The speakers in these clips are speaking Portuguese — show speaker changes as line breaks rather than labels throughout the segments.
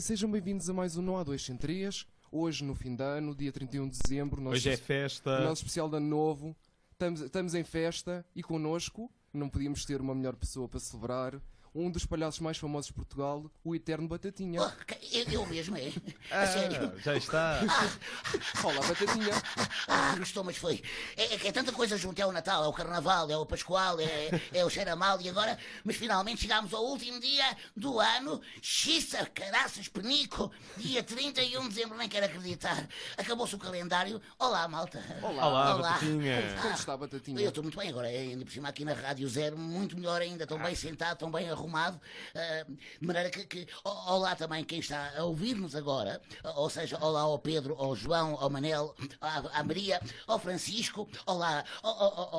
sejam bem-vindos a mais um Não Há Dois Sem Três. Hoje, no fim de ano, dia 31 de dezembro, nosso,
Hoje é festa.
nosso especial de ano novo. Estamos, estamos em festa e connosco, não podíamos ter uma melhor pessoa para celebrar, um dos palhaços mais famosos de Portugal, o Eterno Batatinha.
Oh, eu, eu mesmo, é?
Ah,
A sério?
já está.
Olá, Batatinha!
Ah, gostou, mas foi. É, é que é tanta coisa junto, é o Natal, é o Carnaval, é o Pascoal, é, é o Xeramal e agora... Mas finalmente chegámos ao último dia do ano, xiça, caraças, penico, dia 31 de dezembro, nem quero acreditar. Acabou-se o calendário. Olá, malta. Ah,
Olá, Batatinha.
Como está,
Eu
Batatinha?
estou muito bem agora, ainda por cima aqui na Rádio Zero, muito melhor ainda, tão
Ah.
bem sentado, tão bem arrumado, ah, de maneira que, que- o- olá também quem está a ouvir-nos agora, ah, ou seja, olá ao Pedro, ao João, ao Manel, à, à Maria, ao Francisco, olá, o- o-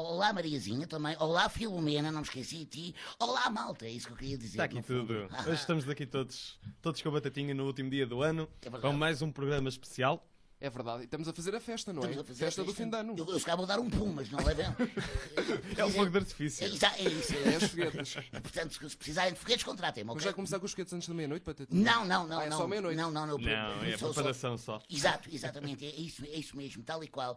o- olá Mariazinha também, olá Filomena, não me esqueci de ti, olá Malta, é isso que eu queria dizer.
Tá
Está aqui
no fundo.
tudo. Hoje estamos aqui todos, todos com a batatinha no último dia do ano.
É verdade.
Com mais um programa especial.
É verdade, estamos a fazer a festa, não é?
Estamos a fazer
festa
a
do fim de ano.
Eu, eu se calhar vou dar um pum, mas não levem.
É o fogo de
É
artifício.
isso, é isso.
É as foguetas.
Portanto, se- se precisarem de foguetes, contratem-me, ok?
Vamos já começar com os esquetes antes da meia-noite, Batatinha?
Não, não, não.
Ah, é
não,
só meia-noite.
Não, não, não.
Não, é a
Só- só-
preparação só.
Exato, exatamente. É isso, é isso mesmo, tal e qual.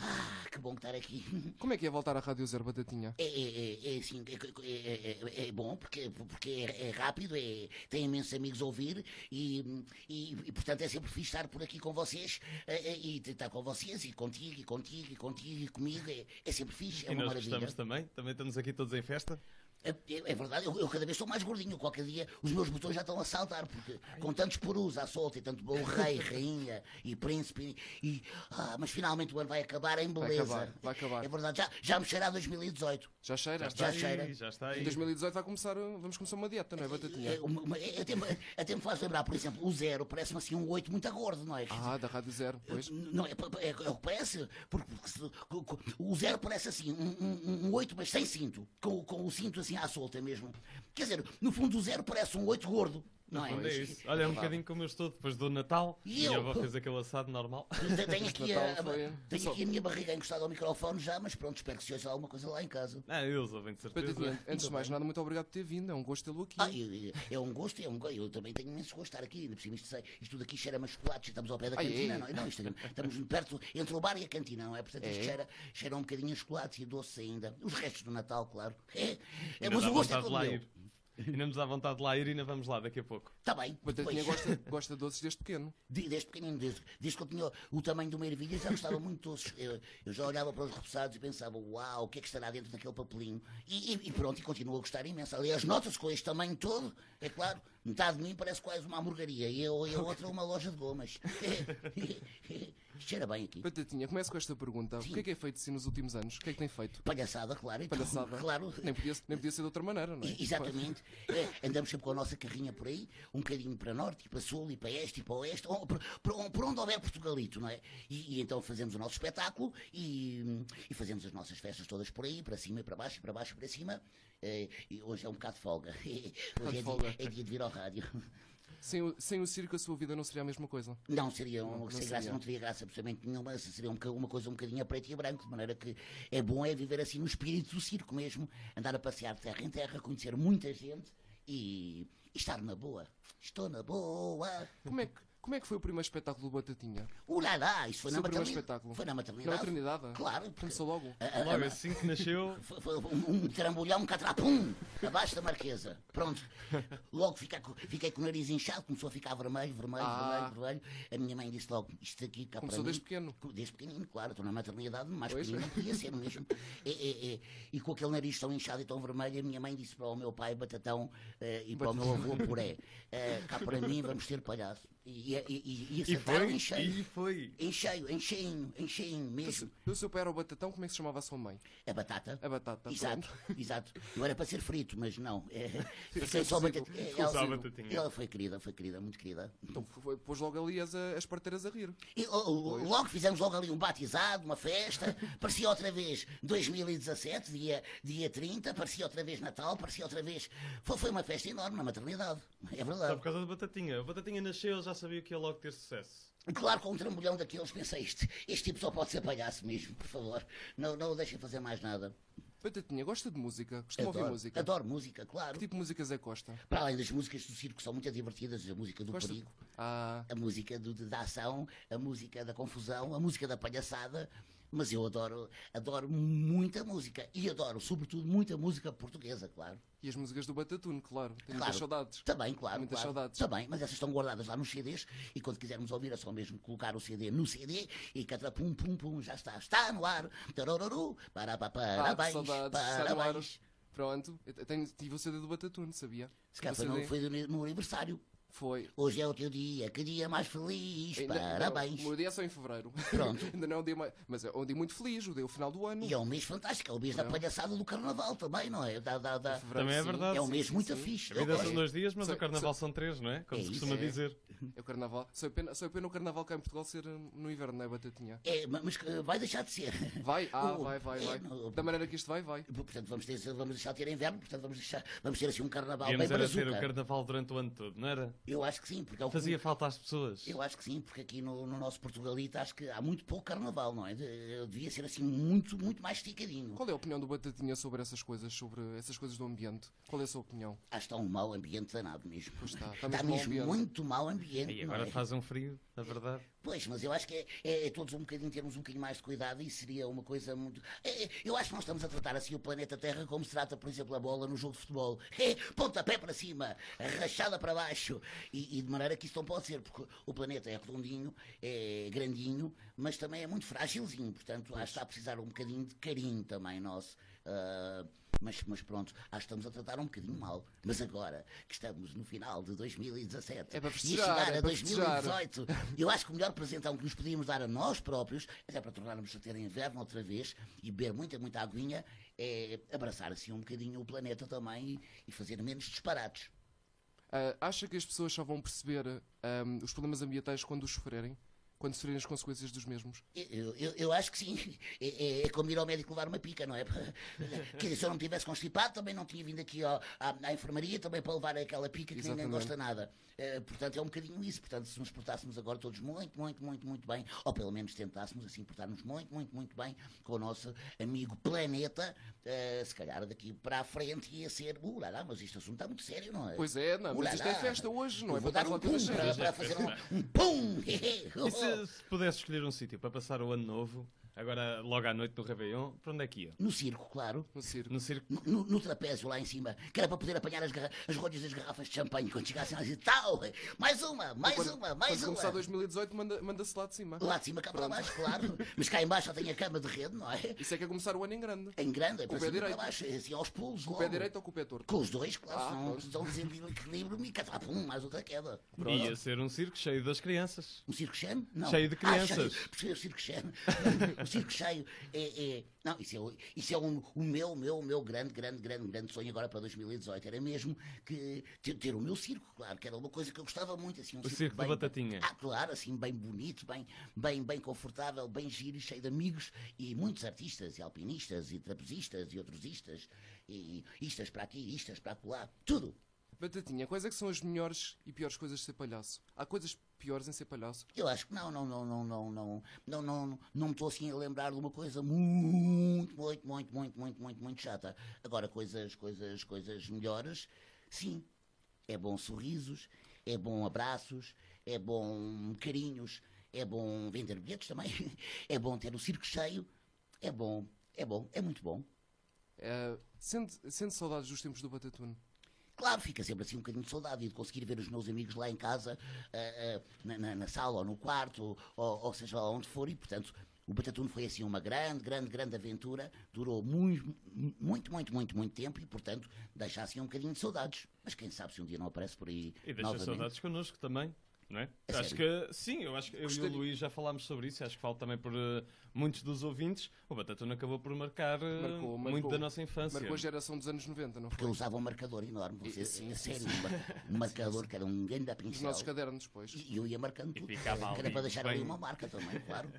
Ah, que bom estar aqui.
Como é que é voltar à Rádio Zero, Batatinha?
É, é, é, é, assim, é, é- é- é bom porque, porque é, é rápido, é, tem imensos amigos a ouvir e, e, e, portanto é sempre fixe estar por aqui com vocês eh, eh, e estar com vocês e contigo e contigo e contigo e comigo. É, é sempre fixe, é
E
uma
nós
maravilha.
gostamos também. Também estamos aqui todos em festa.
É, é- é verdade, eu, eu cada vez estou mais gordinho. Qualquer dia os meus botões já estão a saltar, porque com tantos perus à solta e tanto bom rei, rainha e príncipe. E, ah, mas finalmente o ano vai acabar em
Vai
beleza.
acabar, vai acabar.
É verdade, já, já me cheira a 2018.
Já cheira?
Já
Ih,
cheira.
Já está
Em
aí.
2018 vai começar, uh, vamos começar uma dieta, não é, Batatinha?
É, uma- uma- é- até, me- até me faz lembrar, por exemplo, o zero parece-me assim um 8 muito gordo, não é?
Ah, da Rádio Zero, pois.
N- Não, é, pa- pa- é, é o que parece, porque, porque se- co- co- o zero parece assim, um, um, um 8, mas sem cinto, com, com o cinto assim à solta mesmo. Quer dizer, no fundo o zero parece um 8 gordo, não é?
Onde é isso? Olha, é um bocadinho como eu estou depois do Natal. é
E
Minha
eu?
avó fez aquele assado normal.
Te- Tenho aqui, a,
Natal foi-
tenho
Só-
aqui a minha barriga encostada ao microfone já, mas pronto, espero que se ouça alguma coisa lá em casa.
Ah, eles ouvem de certeza.
Batatinha, antes de mais nada, muito obrigado por ter vindo, é um gosto tê-lo aqui.
Ah, e- e- é um gosto, é um go- Eu também tenho imenso gosto de estar aqui, ainda por cima isto, sei- isto tudo aqui cheira a chocolates, estamos ao pé da
Ah,
Ai,
cantina,
ai.
não, é? não isto, estamos perto entre o bar e a cantina, não é? Portanto, isto
É.
cheira, cheira um bocadinho a chocolates e doce ainda. Os restos do Natal, claro. É, é,
Ainda
mas
dá
o gosto
vontade
é
de
todo
lá
meu.
ir. Ainda nos dá vontade de lá ir e ainda vamos lá daqui a pouco.
Está Tá bem,
Batatinha
depois.
gosta, gosta de doces desde pequeno.
De- Desde pequenino, desde, desde que eu tinha o tamanho de uma ervilha, já gostava muito de doces. Eu, eu já olhava para os repousados e pensava, uau, o que é que estará dentro daquele papelinho? E, e- e pronto, e continuo a gostar imenso. Aliás, nota-se com este tamanho todo, é claro, metade de mim parece quase uma hamburgueria e a, e a outra uma loja de gomas. Cheira bem aqui.
Batatinha, começo com esta pergunta. O que é que é feito assim nos últimos anos? O que é que tem feito?
Palhaçada, claro. então,
Palhaçada.
Claro.
Nem podia, nem podia ser de outra maneira, não é?
E- Exatamente. É, Andamos sempre com a nossa carrinha por aí, um bocadinho para norte, e para sul, e para este, e para oeste, ou- por, por- por onde houver Portugalito, não é? E, e então fazemos o nosso espetáculo e, e fazemos as nossas festas todas por aí, para cima, e para baixo, e para baixo, e para cima. É, E hoje é um bocado de folga. Hoje é,
de
dia-
folga.
é dia de vir ao rádio.
Sem, o, sem o circo, a sua vida não seria a mesma coisa.
Não, seria um,
Não
sem
seria.
graça, não teria graça absolutamente nenhuma, seria um boca- uma coisa um bocadinho a preto e a branco, de maneira que é bom é viver assim no espírito do circo mesmo, andar a passear de terra em terra, conhecer muita gente e, e estar na boa. Estou na boa.
Como é que, como é que foi o primeiro espetáculo do Batatinha?
Ulala, isso foi
Seu primeiro
na maternidade.
um espetáculo?
Foi na maternidade.
Na maternidade?
Claro. porque
Começou logo.
a- a-
Logo assim que nasceu,
Foi, foi um, um trambolhão, um catrapum, abaixo da marquesa. Pronto. Logo fica co- fiquei com o nariz inchado, começou a ficar vermelho, vermelho,
Ah.
vermelho, vermelho. A minha mãe disse logo, isto aqui cá
Começou
para
desde
mim,
pequeno.
co- Desde pequenino, claro, estou na maternidade, mais
Pois.
pequenino não podia ser mesmo. É, é, é. E com aquele nariz tão inchado e tão vermelho, a minha mãe disse para o meu pai, batatão, eh, e para o meu avô, puré, eh, cá para mim vamos ter palhaço. E, e, e, e
e
acertaram
foi,
é em cheio.
e foi.
Em cheio, em cheio, em cheio mesmo.
O seu pai era o Batatão, como é que se chamava a sua mãe?
A batata.
A batata,
Exato, exato. Não era para ser frito, mas não. É, fiquei
Ficou
só
possível.
batata. é,
Ficou só
Ela,
batatinha.
ela foi querida, foi querida, muito querida.
Então foi, pôs logo ali as, as parteiras a rir.
E, oh, oh, logo fizemos logo ali um batizado, uma festa. Parecia outra vez 2017, dia, dia 30. Parecia outra vez Natal, parecia outra vez. Foi, foi uma festa enorme na maternidade. É
Só
verdade.
por causa da batatinha. A batatinha nasceu, já sabia que ia logo ter sucesso.
Claro, com um trambolhão daqueles, pensei, este, este tipo só pode ser palhaço mesmo, por favor. Não, não o deixem fazer mais nada.
Batatinha, gosta de música? Costuma ouvir
adoro,
música?
adoro música, claro.
Que tipo de músicas é que gosta?
Para além das músicas do circo, são muito divertidas. A música do
Gosta de-
perigo,
Ah,
a música do, da ação, a música da confusão, a música da palhaçada. Mas eu adoro, adoro muita música. E adoro, sobretudo, muita música portuguesa, claro.
e as músicas do Batatune, claro. Tenho
Claro.
muitas saudades.
Também, claro.
Muitas
claro.
saudades.
Também, mas essas estão guardadas lá nos CDs e quando quisermos ouvir é só mesmo colocar o CD no CD e catra pum pum pum, já está, está no ar. Tarororú, para para
Ah, que
parabéns,
saudades. está no ar.
parabéns.
Pronto, eu tenho, tive o CD do Batatune, sabia?
Se calhar
O
foi, no,
CD
foi no meu aniversário.
foi.
Hoje é o teu dia, que dia mais feliz,
Ainda-
parabéns.
Não, o meu dia é só em fevereiro.
Pronto.
Ainda não é um dia mais. Mas é um dia muito feliz, o dia é o final do ano.
E é um mês fantástico, é o mês da palhaçada do carnaval também, não é? Da, da, da-
Fevereiro,
Também é
sim.
verdade.
É um
sim,
mês muito
A
fixe. Eu
vida são
gosto.
dois dias, mas
Só-
o carnaval são três, não é? Como
É
se
isso,
costuma
é.
dizer.
É o carnaval. Só, é pena, só é pena o carnaval cá em Portugal ser hum, no inverno, não é, Batatinha?
É, ma- mas eh, vai deixar de ser.
Vai, ah,
Oh,
vai, vai,
é,
vai.
não,
Da maneira que isto vai, vai.
Portanto, vamos, ter, vamos deixar de ter inverno, portanto, vamos, deixar, vamos ter assim um carnaval
Devíamos
bem
era ter o
brazuca.
carnaval durante o ano todo, não era?
Eu acho que sim, porque é o que-
Fazia falta às pessoas.
Eu acho que sim, porque aqui no, no nosso Portugalito acho que há muito pouco carnaval, não é? De- Devia ser assim muito, muito mais esticadinho.
Qual é a opinião do Batatinha sobre essas coisas, sobre essas coisas do ambiente? Qual é a sua opinião?
Acho que está um mau ambiente danado mesmo.
Pois está, está
Está
mesmo mau
mesmo
ambiente.
muito mau ambiente.
E
não
agora
é?
faz um frio, na verdade.
Pois, mas eu acho que é, é- é todos um bocadinho termos um bocadinho mais de cuidado e seria uma coisa muito. É, é, eu acho que nós estamos a tratar assim o planeta Terra como se trata, por exemplo, a bola no jogo de futebol. É, pontapé para cima, rachada para baixo. E, e de maneira que isso não pode ser, porque o planeta é redondinho, é grandinho, mas também é muito frágilzinho. Portanto, acho que está a precisar um bocadinho de carinho também nosso. Ah, mas, mas pronto, acho que estamos a tratar um bocadinho mal. Mas agora que estamos no final de 2017
É para
e a
festejar,
chegar
é
a
para festejar.
2018. 18. Eu acho que o melhor presentão que nos podíamos dar a nós próprios, até para tornarmos a ter inverno outra vez e beber muita, muita aguinha, é abraçar assim um bocadinho o planeta também e, e fazer menos disparates.
Ah, acha que as pessoas só vão perceber ahm, os problemas ambientais quando os sofrerem? Quando sofrerem as consequências dos mesmos?
Eu, eu, eu acho que sim. É, é- é como ir ao médico levar uma pica, não é? Quer dizer, se eu não tivesse constipado, também não tinha vindo aqui ao- à, à enfermaria também para levar aquela pica que ninguém
Exatamente.
gosta nada. Eh, portanto, é um bocadinho isso. Portanto, se nos portássemos agora todos muito, muito, muito, muito bem, ou pelo menos tentássemos assim portar-nos muito, muito, muito bem com o nosso amigo planeta, eh, se calhar daqui para a frente ia ser. Uh, lá, lá, mas este assunto está muito sério, não é?
Pois é, não, mas
Ulala.
isto é festa hoje, não
Eu
é?
Vou
Para
dar
estar
um
lá toda
pum
cheia.
para, para fazer um, um pum! oh,
E
é-
se, se pudesse escolher um sítio para passar o ano novo, agora logo à noite no Réveillon, para onde é que ia?
No circo, claro.
No circo.
No circo.
no, no- no trapézio lá em cima, que era para poder apanhar as, garra- as rolhas das garrafas de champanhe quando chegassem lá e dizer, tal, mais uma, mais
Quando-
uma, mais
quando começar
uma.
2018, manda- manda-se lá de cima.
Lá de cima, cá para baixo, claro. Mas cá em baixo já tem a cama de rede, não é?
Isso é que é começar o ano em grande.
Em grande, é para
pé
cima e para
direito.
baixo, é assim aos pulos.
Com o pé direito ou com o pé torto?
Com os dois, claro,
Ah,
senão
pronto.
estão dizendo equilíbrio e cá, tá, pum, mais outra queda.
Ia ser um circo cheio das crianças.
Um circo cheio? Não.
Cheio de
Ah,
crianças.
cheio. Percebi o circo cheio. o circo cheio é. é- Não, isso é, o- isso é um, o meu, meu, meu grande, grande, grande, grande sonho agora para 2018. Era mesmo que ter, ter o meu circo, claro, que era uma coisa que eu gostava muito. Assim, um
O circo da
bem,
batatinha.
Ah, claro, assim, bem bonito, bem, bem, bem confortável, bem giro, e cheio de amigos e muitos artistas, e alpinistas, e trapezistas, e outrosistas, e istas para aqui, istas para lá, tudo.
Batatinha, quais é que são as melhores e piores coisas de ser palhaço? Há coisas piores em ser palhaço?
Eu acho que não, não, não, não, não, não, não, não, não me estou assim a lembrar de uma coisa muito, muito, muito, muito, muito, muito, muito chata. Agora, coisas, coisas, coisas melhores, sim. É bom sorrisos, é bom abraços, é bom carinhos, é bom vender bilhetes também, é bom ter o circo cheio, é bom, é bom, é muito bom.
É, sente, sente saudades dos tempos do Batatune?
Claro, fica sempre assim um bocadinho de saudade e de conseguir ver os meus amigos lá em casa, ah, ah, na, na- na sala ou no quarto, ou, ou seja lá onde for, e portanto o Batatuno foi assim uma grande, grande, grande aventura, durou muito, muito, muito, muito, muito tempo e portanto deixa assim um bocadinho de saudades. Mas quem sabe se um dia não aparece por aí
E deixa
novamente.
saudades connosco também. Não é?
É
acho que sim, eu acho que eu
Gostaria-
e o Luís já falámos sobre isso, acho que falo também por eh, muitos dos ouvintes. O Batatuna acabou por marcar eh,
Marcou,
muito
marcou.
da nossa infância.
Marcou a geração dos anos 90, não
Porque eu
foi?
usava um marcador enorme, vou dizer
Sim, sim,
sério, um marcador que era um grande
Os
pincel.
nossos cadernos, pois.
E eu ia marcando
E
tudo, que
ficava
era
ali,
para deixar ali
bem-
uma marca também, claro.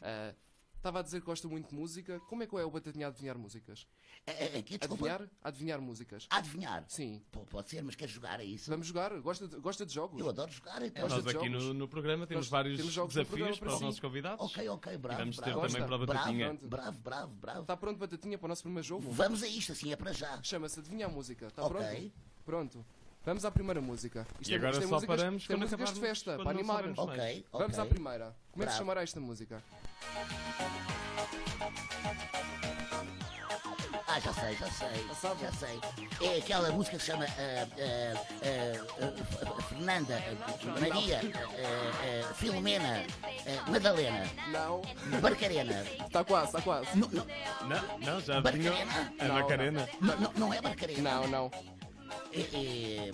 Ah, Estava a dizer que gosta muito de música. Como é que é o Batatinha a adivinhar músicas?
É, é, aqui, desculpa.
Adivinhar? Adivinhar músicas.
Adivinhar.
Sim.
Pô, Pode ser, mas queres jogar a isso?
Vamos jogar. Gosta de, gosta de jogos?
Eu adoro jogar. Então.
Gosta
É, Nós
de
aqui
jogos?
no, no programa temos
Nós
vários
temos jogos no programa
desafios
para
para os
si.
nossos convidados.
Ok, ok, bravo.
e vamos ter
bravo,
também
Gosta?
para a batatinha.
bravo, bravo, bravo, bravo.
Está Tá pronto, Batatinha, para o nosso primeiro jogo?
Vamos a isto, assim é para já.
Chama-se Adivinhar Música. Está
Ok.
Tá pronto? Pronto. Vamos à primeira música. Isto
E agora
isto
só
músicas,
paramos
isto é
quando
músicas de
acabarmos,
festa,
quando
para
não
animar.
sabemos.
Ok, ok.
Vamos à primeira. Como é que se
Bravo.
chamará esta música?
Ah, já sei, já sei.
Já sabe?
Já sei. É aquela música que se chama ah, ah, ah, ah, Fernanda, ah, Maria, ah, ah, Filomena, ah, Madalena,
Não.
Barcarena.
Está Tá quase, está quase.
Não, não,
Não, não, já vinham.
Barcarena?
A
Não,
Macarena.
não, não, não é Barcarena.
Não, não.
É, é,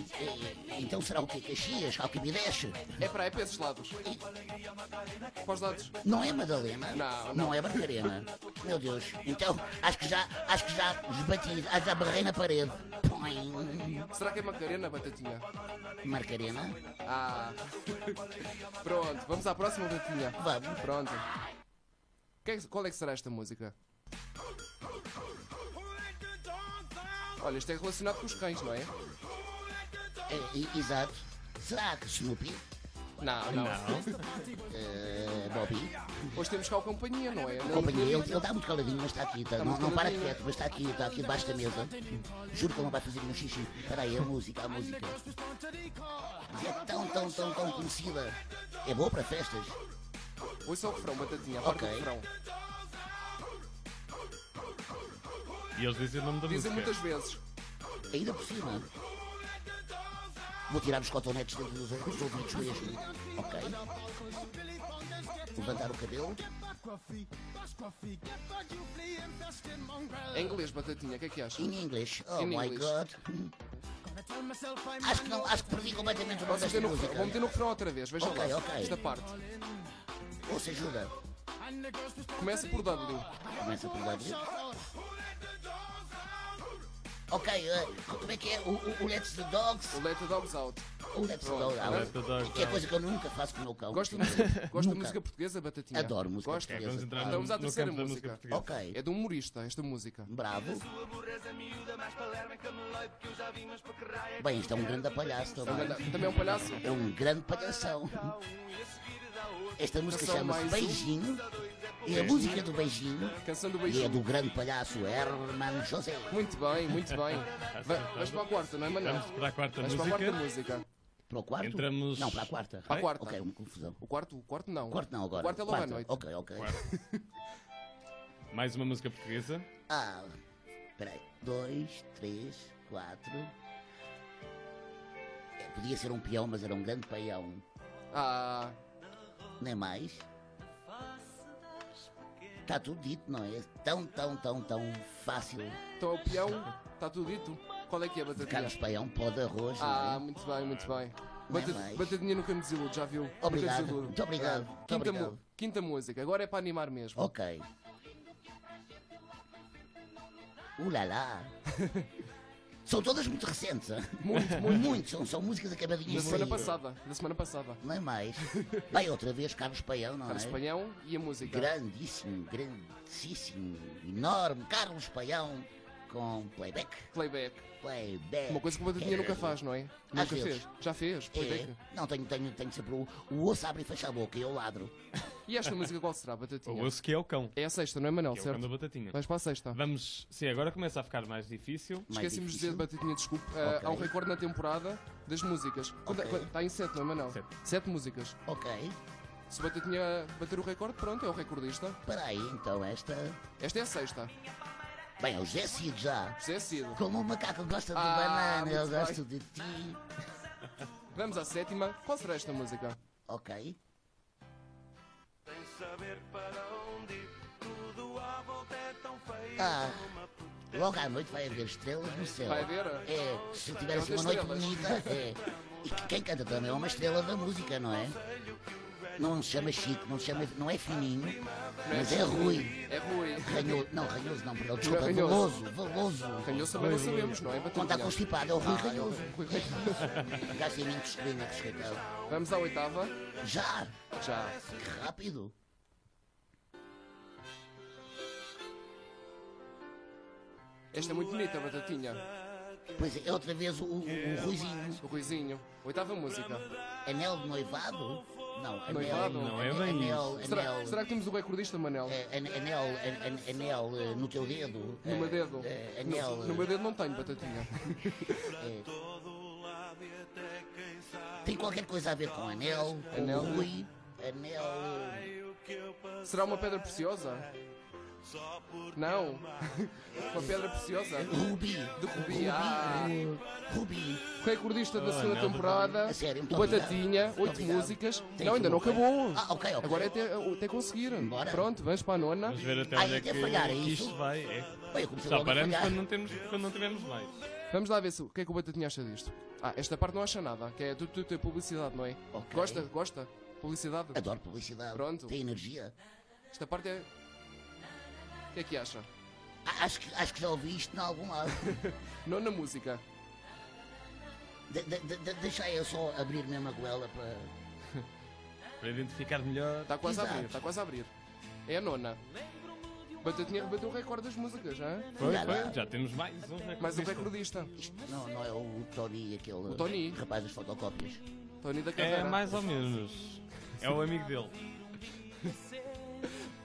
é, então será o quê? Caxias? Alcabideche?
É para aí, para esses lados. Para os lados.
Não é Madalena?
Não, não.
é Barcarena. Meu Deus. Então, acho que já, acho que já esbati, ah, já barrei na parede. Põe.
Será que é Macarena, Batatinha?
Marcarena?
Ah. Pronto, vamos à próxima, Batatinha.
Vamos.
Pronto. Que é que- qual é que será esta música? Olha, isto é relacionado com os cães, não é?
É, e- exato. Será que Snoopy?
Não, não.
eh, Bobby?
Hoje temos cá o Companhia, não é? Não-
Companhia, ele, ele está muito caladinho, mas está aqui. Está, não,
Tá muito
não para
caladinho.
quieto, mas está aqui, está aqui debaixo da mesa. Juro que ele não vai fazer nenhum xixi. Espera aí, a música, a música. Mas é tão, tão, tão, tão conhecida. É boa para festas.
Ouça o refrão, Batatinha, a parte do
Ok.
refrão.
E eles dizem o nome da
Dizem
música.
muitas vezes.
Ainda por cima. Vou tirar os cotonetes dentro dos, dos ouvidos mesmo. Ok. Levantar o cabelo.
Em inglês, Batatinha, o que é que achas?
In English. Oh
In
my
English.
god. Acho que não, acho que perdi completamente o
Posso
nome desta
meter no refrão,
música.
vou meter no refrão outra vez, veja
é Ok,
lá.
ok.
Esta parte.
Ouça, ajuda.
Começa por W.
Começa por W. Ok, eh, como é que é? O, o, o Let's the Dogs?
O Let the Dogs Out.
O Let's the Dogs
Let the Dogs
Out. Que é
Out.
coisa que eu nunca faço com o meu cão.
Gosta da música, gosta da
Nunca.
música portuguesa, Batatinha?
Adoro música
Gosta?
Ok,
portuguesa.
vamos entrar no,
Vamos à
no
terceira
campo da
música.
música portuguesa.
Ok,
É de um humorista, esta música.
bravo. Bem, este é um grande palhaço também.
Também também é um palhaço.
É um grande palhação. Esta música
Canção
chama-se
mais um.
Beijinho. É a música do Beijinho.
Canção do
E é
beijinho.
do grande palhaço Herman José.
Muito bem, muito bem. Va- Vais para a quarta, não é, Manuel?
Vamos para a quarta
Vais para a
música.
quarta música.
Para o quarto?
Entramos-
Não, para a quarta.
Para a quarta.
Ok, uma confusão.
O quarto, o quarto não.
O quarto não agora.
O quarto é logo à
Quarta.
noite.
Ok, ok.
Mais uma música portuguesa.
Ah, peraí. Dois, três, quatro. É, podia ser um peão, mas era um grande peão.
Ah,
Nem mais. Está tudo dito, não é? Tão, tão, tão, tão fácil.
então é o peão. Está tudo dito. Qual é que é, Batatinha?
Carlos Peão, um pó de arroz,
Ah,
não é?
muito bem, muito bem.
Não é
Bata-
mais.
Batatinha nunca me desilude, já viu? Nunca
Obrigado,
desilude.
muito obrigado,
Ah,
muito
Quinta,
obrigado.
mu- quinta música, agora é para animar mesmo.
Ok. Ulalá. São todas muito recentes, hã?
Muito, muito.
Muito, são, são músicas acabadinhas
Da
de
semana
sair.
passada, da semana passada.
Nem mais. Vai outra vez, Carlos Peão, não
Carlos
é?
Espanhão e a música.
Grandíssimo, grandíssimo, enorme Carlos Peão com playback.
Playback.
Playback.
Uma coisa que o Batatinha nunca faz, não é? Nunca
vezes.
fez. Já fez? Playback.
É, não, tenho, tenho, tenho sempre o, o osso abre e fecha a boca e eu ladro.
E esta música qual será,
O
Batatinha?
osso que é o cão.
É a sexta, não é, Manel?
Que é o cão da
Certo?
batatinha.
Vais para a sexta.
Vamos. Sim, agora começa a ficar mais difícil.
Mais
Esquecemos de dizer,
difícil.
Batatinha, desculpe. ah,
Ok.
Há um recorde na temporada das músicas. Quando-
Ok.
quando- Está em sete, não é, Manel?
Sete.
Sete músicas.
Ok,
Se Batatinha bater o recorde, pronto, é o recordista.
para aí então esta.
Esta é a sexta. é
Bem, eu já sido já.
José Cid.
Como o macaco gosta de
Ah,
banana, eu
muito bem.
gosto de ti.
Vamos à sétima. Qual será esta música?
Ok.
Sem saber para onde ir, tudo à volta é tão feio.
Ah, logo à noite vai haver estrelas no céu.
Vai haver? eh,
É, se eu tiver assim
Vai
uma
haver
noite bonita, é. E que- quem canta também é uma estrela da música, não é? Não se chama Chico, não, se chama, não é fininho, mas é Rui.
É Rui.
Ranhoso, não, Ranhoso não, perdão, desculpa,
Ranhoso. Ah,
Veloso, Veloso.
Calhou também não sabemos, não é,
Quando está
Batatinha?
constipado, é o Rui Ranhoso. Gasta imensos clínicos, coitado.
Vamos à oitava.
Já,
Já.
que rápido.
Esta é muito bonita, a batatinha.
Pois é, outra vez o, o, o Ruizinho.
O Ruizinho. Oitava música.
Anel de noivado? Não, anel.
Noivado?
Não, é bem
anel,
Será,
anel,
será que temos o recordista, Manel?
eh, an- anel, an- an- anel, eh, no teu dedo.
No meu
eh,
dedo.
eh, anel. eh,
No, no meu dedo não tenho batatinha.
Todo lado e até quem sabe
Tem qualquer coisa a ver com anel, com
Anel.
Rui, anel. eh,
o que eu passo
Será uma pedra preciosa?
só por
Não. uma pedra preciosa.
Rubi.
De Rubi, ah.
eh, Rubi.
Recordista da
Ah,
segunda
não,
temporada.
A sério, muito
o Batatinha,
obrigado. Muito
oito
obrigado.
músicas.
Tem
não, ainda não
tudo, ok.
acabou.
Ah, ok, ok.
Agora é até, até conseguir.
Bora.
Pronto, vamos para a nona.
Vamos ver até
Ai,
onde é
até
que,
falhar
que
isso.
isto vai. É.
Bem, eu comecei
Só
logo a
paramos
falhar.
quando não, temos, quando não tivermos mais.
Vamos lá ver se, o que é que o Batatinha acha disto. Ah, esta parte não acha nada, que é tudo tu, tu, publicidade, não é?
Ok.
Gosta, gosta? Publicidade?
Adoro publicidade.
Pronto.
Tem energia.
Esta parte é. O que é que acha?
A- Acho que, acho que já ouvi isto em algum lado.
Nona música.
De- de- de- de- deixa eu só abrir mesmo a goela para.
Para identificar melhor.
Está Tá quase a
Exato.
abrir, está quase a abrir. É a nona. Batatinha rebateu o recorde das músicas, hã?
Foi,
Olha lá.
foi. Já temos mais um recordista.
Mais um recordista.
Não, não é o Tony, aquele
O Tony.
rapaz das fotocópias.
Tony da
É
Carreira.
mais ou menos. É o amigo dele.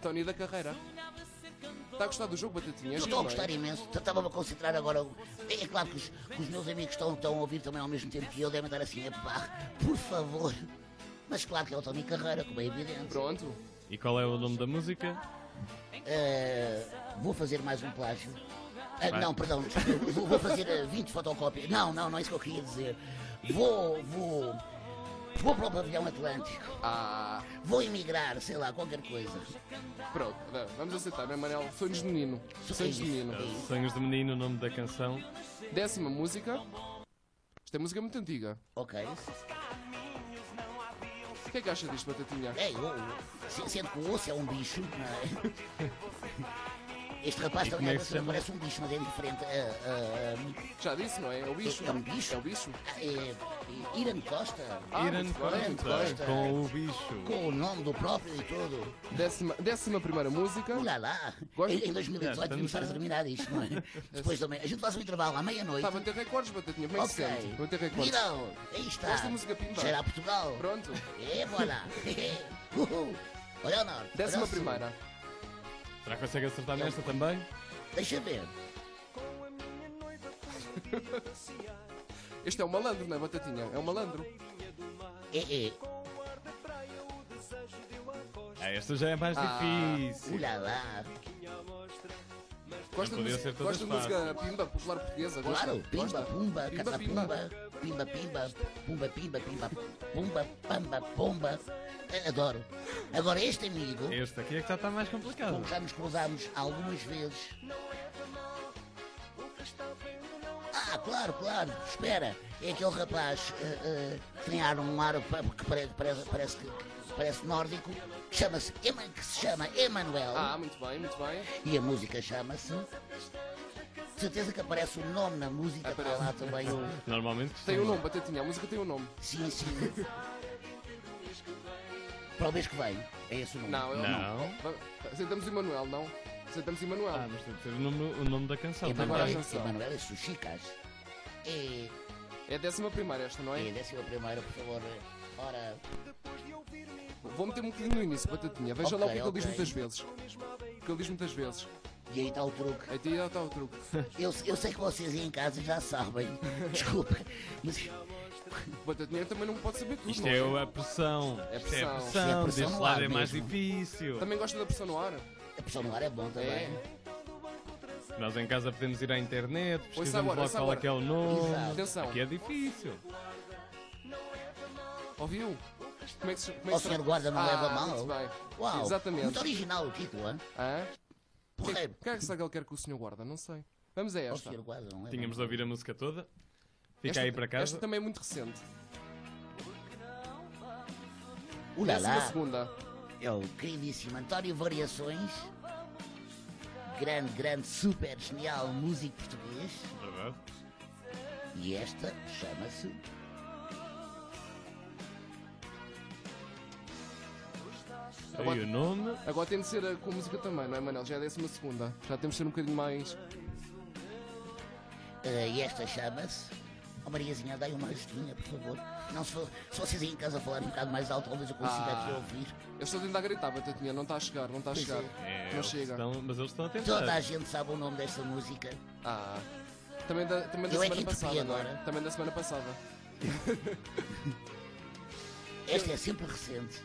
Tony da Carreira. Está a gostar do jogo, Batatinha?
Eu
Giro,
estou a
não é?
gostar imenso, estava-me a concentrar agora. É claro que os, que os meus amigos estão, estão a ouvir também ao mesmo tempo que eu, devem estar assim, epá, por favor. Mas claro que é o Tony Carreira, como é evidente.
Pronto.
E qual é o nome da música?
Eh, vou fazer mais um plágio. Ah,
Vai.
não, perdão, desculpa, vou, vou fazer eh, 20 fotocópias. Não, não, não é isso que eu queria dizer. Vou, vou. Vou para o pavilhão Atlântico.
Ah,
Vou emigrar, sei lá, qualquer coisa.
pronto. Vamos aceitar, não é, Manel? Sonhos de menino. Sonhos de menino.
Sonhos do Menino, o nome da canção.
Décima música. Esta é música muito antiga.
Ok.
O que é que acha disto, Batatinha?
É, eu, se- sendo que o osso é um bicho, não é? Este rapaz
E
também
como é
é,
que se chama?
parece um bicho, mas é diferente. Ah, ah,
Já disse, não é? É o bicho.
É um bicho?
É o bicho.
ah, é, é, Irã Costa,
Ah,
Irene
muito bem, muito
Costa,
bem.
com o bicho.
com o nome do próprio e tudo.
Décima, décima primeira música.
Olá lá.
Gosto.
Em, em 2018
estamos-
devíamos estar a terminar isto, não é? Depois também. A gente faz um intervalo à meia-noite.
Estava a ter recordes, Batatinha. Como é que se sente? Estava a ter recordes.
Virão, aí está.
Gosto da música pimba.
Cheira a Portugal.
Pronto.
É, voilà. Uhul. Olha ao norte. olha
Décima
ao sul.
primeira.
Será que consegue acertar nesta também?
Deixa ver.
Este é o malandro, não é, Batatinha? É o malandro.
É, é.
Ah, esta já é mais
Ah.
difícil.
Olá lá.
Gosta de,
podia
música-
ser todas
gosta de
fáceis.
música pimba, popular portuguesa? Gosta?
Claro, pimba,
Gosta?
pumba, catapumba, pimba, pimba, pumba, pimba, pimba, pumba, pamba, pomba. Eh, Adoro. Agora este amigo,
Este aqui é que já está mais complicado.
como já nos cruzámos algumas vezes. Ah, claro, claro, espera. É aquele rapaz eh, eh, que tem ar, um ar pa- que parece, parece, parece, que, que parece nórdico, que, chama-se Eman- que se chama Emanuel
Ah, muito bem, muito bem.
e a música chama-se. De certeza que aparece o nome na música, está lá também o.
Normalmente
Tem um
costuma.
nome, Batatinha. A música tem um nome.
Sim, sim. Para o mês que vem. É esse o nome.
Não, é o
Não.
Va- Sentamos Emanuel, não? Sentamos Emanuel.
Ah, mas tem que ter o nome, o nome da canção. também.
agora a
Emanuel,
canção.
Emanuel e Sushicas. É,
É a décima primeira esta, não
é
é?
a décima primeira, por favor. Ora,
Vou meter um bocadinho no início, Batatinha. Veja
Ok,
lá o que é que ele diz
ok.
muitas vezes. O que ele diz muitas vezes.
e aí está o truque.
Aí está está o truque.
Eu, eu sei que vocês aí em casa já sabem. Desculpa. Mas se
Batatinha também não pode saber tudo,
Isto
não
é o- a pressão.
É
Isto é
pressão.
a
É
pressão.
pressão
Deste
no
lado
ar
é mais
mesmo.
difícil.
Também gosta da pressão no ar?
a pressão no ar é bom também.
É.
Nós em casa podemos ir à internet, pesquisamos
agora,
logo
ouça
qual é
agora.
que é o nome.
Exato.
Atenção.
Aqui é difícil.
Ouviu? Como é que se. Como é que
Ó,
se-
senhor guarda, não
ah,
leva mal.
Muito bem.
Uau, Então muito
Exatamente.
original o título, hã?
Hã? O que,
Porreiro.
o que é que será que ele quer que o senhor guarda? Não sei. Vamos a
Ó,
esta.
senhor guarda, não é leva
Tínhamos de
mal.
ouvir a música toda. Fica
Esta-
aí para
Esta
casa.
também é muito recente.
Olá
Décima
lá.
segunda.
É o queridíssimo António Variações, grande, grande, super genial músico português,
Verdade.
e esta chama-se.
Aí o nome.
eh, Agora tem de ser a- com música também, não é, Manel? Já é a décima segunda. Já temos de ser um bocadinho mais.
Eh, e esta chama-se. Oh, Mariazinha, dai uma ajustinha, por favor. Não, se, fo- se vocês aí em casa falarem um bocado mais alto, talvez eu consiga
Ah.
aqui ouvir.
Eu estou ainda a gritar, Batatinha, não está a chegar, não está a
Pois
chegar.
É,
não
eles
chega.
estão- mas eles estão a tentar.
Toda a gente sabe o nome desta música.
Ah. Também da, também da
Eu é
semana
que interrompi
passada, não é?
agora.
Também da semana passada.
Esta é sempre recente.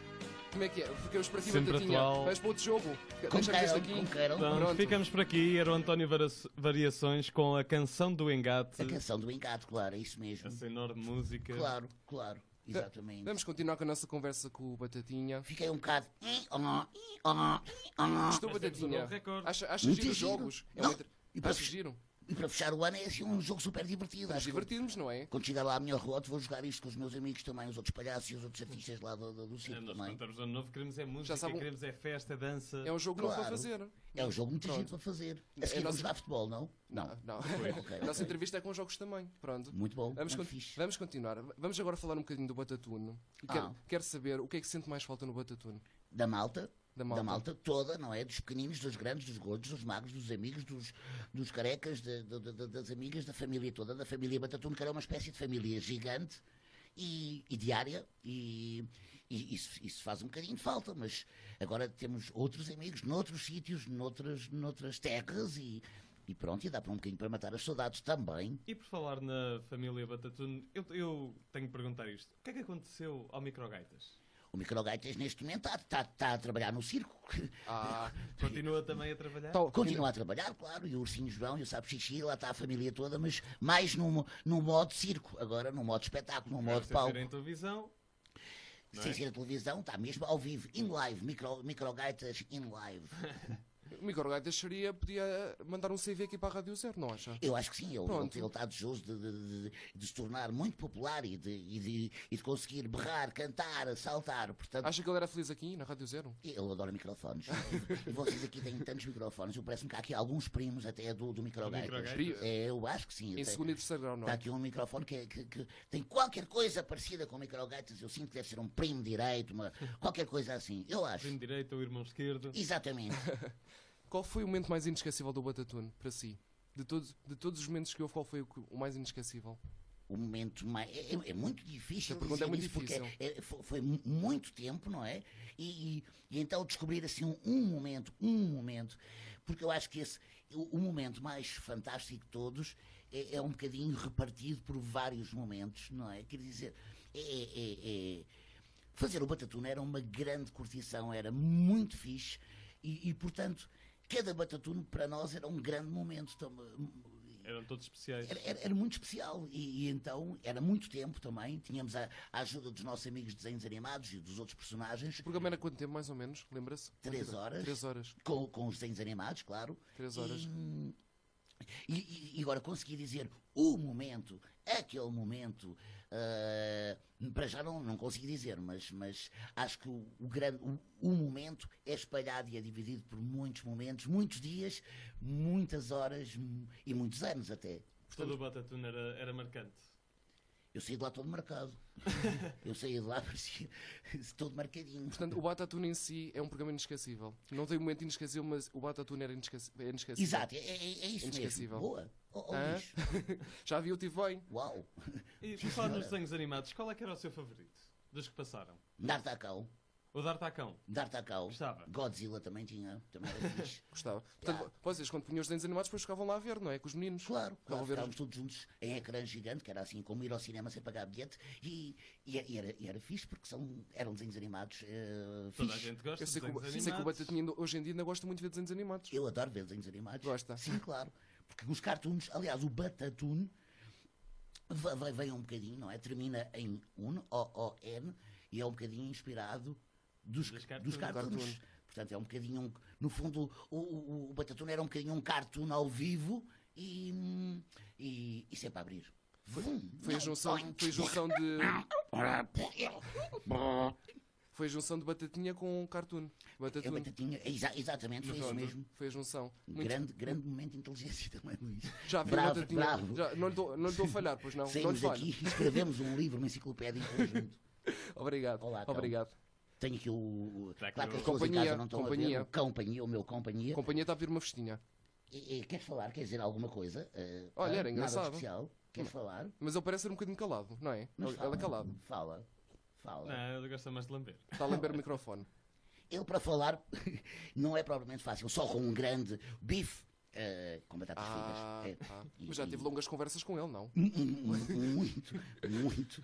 Como é que é? Ficamos para aqui,
Sempre
Batatinha.
atual.
Vais para outro jogo.
Como
Deixamos este
queiram,
aqui.
como queiram.
Então,
Pronto.
ficamos por aqui. Era o António Vara- Variações com a canção do engate.
A canção do engate, claro, é isso mesmo.
Essa enorme música.
Claro, claro, exatamente.
Vamos continuar com a nossa conversa com o Batatinha.
Ah,
Fiquei um bocado. "Ih, oh, ih, oh, ih, oh".
Estou
Mas temos um
Batatinha.
novo recorde.
Acha, acha
Muito
giro os
giro.
jogos? É um
Não.
entre-
E para
Acha
fech-
giro?
E para fechar o ano é assim
Ah.
um jogo super divertido.
Nos
Acho que
divertirmos, não é?
quando chegar lá à minha rota vou jogar isto com os meus amigos também, os outros palhaços e os outros artistas lá do, do, do
É,
circo
nós
também.
cantamos ano novo, queremos é música,
Já sabem-
queremos é festa, dança.
É um jogo novo para
Claro.
fazer.
É um jogo muito
Pronto.
giro para fazer.
É
A seguir vamos
nosso-
jogar futebol, não?
Não, Ah, não.
Ok,
A nossa
ok.
entrevista é com jogos também. Pronto.
Muito bom,
Vamos,
muito
con-
fixe.
vamos continuar. Vamos agora falar um bocadinho do Batatuno. E Quero,
Ah.
quero saber o que é que sente mais falta no Batatuno.
Da malta.
Da malta.
toda, não é? Dos pequeninos, dos grandes, dos gordos, dos magros, dos amigos, dos, dos carecas, de- de- de- das amigas, da família toda, da família Batatune, que era uma espécie de família gigante e, e diária, e, e isso, isso faz um bocadinho de falta, mas agora temos outros amigos noutros sítios, noutras, noutras terras, e, e pronto, e dá para um bocadinho para matar as saudades também.
E por falar na família Batatune, eu, eu tenho que perguntar isto. O que é que aconteceu ao Microgaitas?
O Microgaitas, neste momento, está a trabalhar no circo.
Ah,
Continua também a trabalhar?
tal-
Continua a trabalhar, claro, e o Ursinho João e o Sapo Xixi, lá está a família toda, mas mais num, num modo circo, agora num modo espetáculo, num
Agora,
modo
sem ser
palco.
em televisão. é não
Sem
é?
ser a televisão, está mesmo ao vivo, in live, micro, microgaitas in live.
O Miguel Gaita seria, podia eh, mandar um CV aqui para a Rádio Zero, não acha?
Eu acho que sim, ele,
Pronto.
ele, ele está desejoso de, de- de- de se tornar muito popular e de, e de- e de conseguir berrar, cantar, saltar, portanto...
Acha que ele era feliz aqui, na Rádio Zero?
Eu adoro microfones. e vocês aqui têm tantos microfones. Eu parece-me que há aqui alguns primos até do, do microgaitas.
Microgaitas.
É, eu acho que sim. eu
Em
tenho-
segundo e terceiro grau, não
Está
é?
aqui um microfone que, que- que tem qualquer coisa parecida com microgaitas. Eu sinto que deve ser um primo direito, uma, qualquer coisa assim. Eu
Primo
acho.
direito ou irmão esquerdo?
Exatamente.
Qual foi o momento mais inesquecível do Batatuno, para si? De todos, de todos os momentos que houve, qual foi o, que- o mais inesquecível?
O momento mais. É, é- é muito difícil.
Essa pergunta é
dizer
muito
isso porque
difícil.
é- é- fo- foi, mu- muito tempo, não é? E, e- e então descobrir assim um, um momento, um momento. Porque eu acho que esse, o, o momento mais fantástico de todos é, é um bocadinho repartido por vários momentos, não é? Quer dizer, é- é- é- é- Fazer o Batatuna era uma grande curtição, era muito fixe e, e, portanto, cada Batatuna para nós era um grande momento. tam-
Eram todos especiais.
Era, era- era muito especial e, e então era muito tempo também. Tínhamos a, a ajuda dos nossos amigos de desenhos animados e dos outros personagens,
O programa era quanto tempo, mais ou menos? Lembra-se?
Três horas.
Três horas.
com, com os desenhos animados, claro.
Três horas.
E, e- e agora consegui dizer o momento, aquele momento, ah, para já não, não consegui dizer, mas, mas acho que o, o grande, o, o momento é espalhado e é dividido por muitos momentos, muitos dias, muitas horas hum, e muitos anos até.
Todo o Batatune era, era marcante.
Eu saí de lá todo marcado. eu saí de lá parecia todo marcadinho.
Portanto, o Batatuno em si é um programa inesquecível. Não tem um momento inesquecível, mas o Batatuno era inesquec- é inesquecível.
Exato, é, é- é isso
Inesquecível.
mesmo. Boa. Oh, oh,
Hã?
Luís,
Já viu, tive bem.
Uau.
E por falar nos desenhos animados, qual é que era o seu favorito? Dos que passaram?
Dartacão.
O D'Artacão.
Dartacão.
Gostava.
Godzilla também tinha. Também era fixe.
Gostava. Portanto,
Yeah.
vocês, quando punham os desenhos animados, depois ficavam lá a ver, não é? Com os meninos.
Claro,
Ficavam a
claro
ver
ficávamos todos juntos em ecrã gigante, que era assim como ir ao cinema sem pagar bilhete, e, e, e era, e era fixe porque são, eram desenhos animados eh,
Toda a
fixe.
gente gosta
Eu
de
sei que, o,
desenhos
sei que o
animados.
Batatinha ainda- hoje em dia ainda gosta muito de ver desenhos animados.
Eu adoro ver desenhos animados.
Gosta?
Sim, claro. Porque os cartoons, aliás, o Batatune va- vai- vem um bocadinho, não é? Termina em un, O-O-N, e é um bocadinho inspirado dos,
Dos
dos,
cartoons.
cartoons.
Cartoon.
Portanto, é um bocadinho. um- No fundo, o, o, o Batatune era um bocadinho um cartoon ao vivo e, hum, e, e sempre a abrir. Vum,
Foi a
não,
junção,
oink.
foi a junção de. Foi a junção de Batatinha com Cartoon.
É
Batatuno.
batatinha, é exa- exatamente, foi
né?
isso
Pronto,
mesmo.
Foi a junção. Muito-
Grande, grande momento de inteligência também, Luís.
Já vi
bravo,
Batatinha.
bravo.
Já, não lhe dou- não lhe estou a falhar, pois não. não lhe
Saímos
falho.
daqui e escrevemos um livro, uma enciclopédia em conjunto.
Obrigado.
Olá, então.
Obrigado.
Tenho aqui o.
Está aqui
claro que
o-
as pessoas em
Companhia,
casa não estão a ver.
companhia.
O companhia, o meu companhia.
A companhia está a pedir uma festinha.
E- e queres falar? Queres dizer alguma coisa? Eh,
Olha,
não?
era engraçado. Hum.
Nada especial? Queres falar?
Mas ele parece ser um bocadinho calado, não é?
Mas
Ele-
fala,
Ele é calado.
Fala. Fala.
Não, ele gosta mais de lamber.
Está a lamber o microfone.
Eu, para falar, não é propriamente fácil. Só com um grande bife eh, com batatas
Ah,
fritas. Eh,
ah.
e-
Mas já
e- Hum.
tive longas conversas com ele, não?
muito, muito, muito,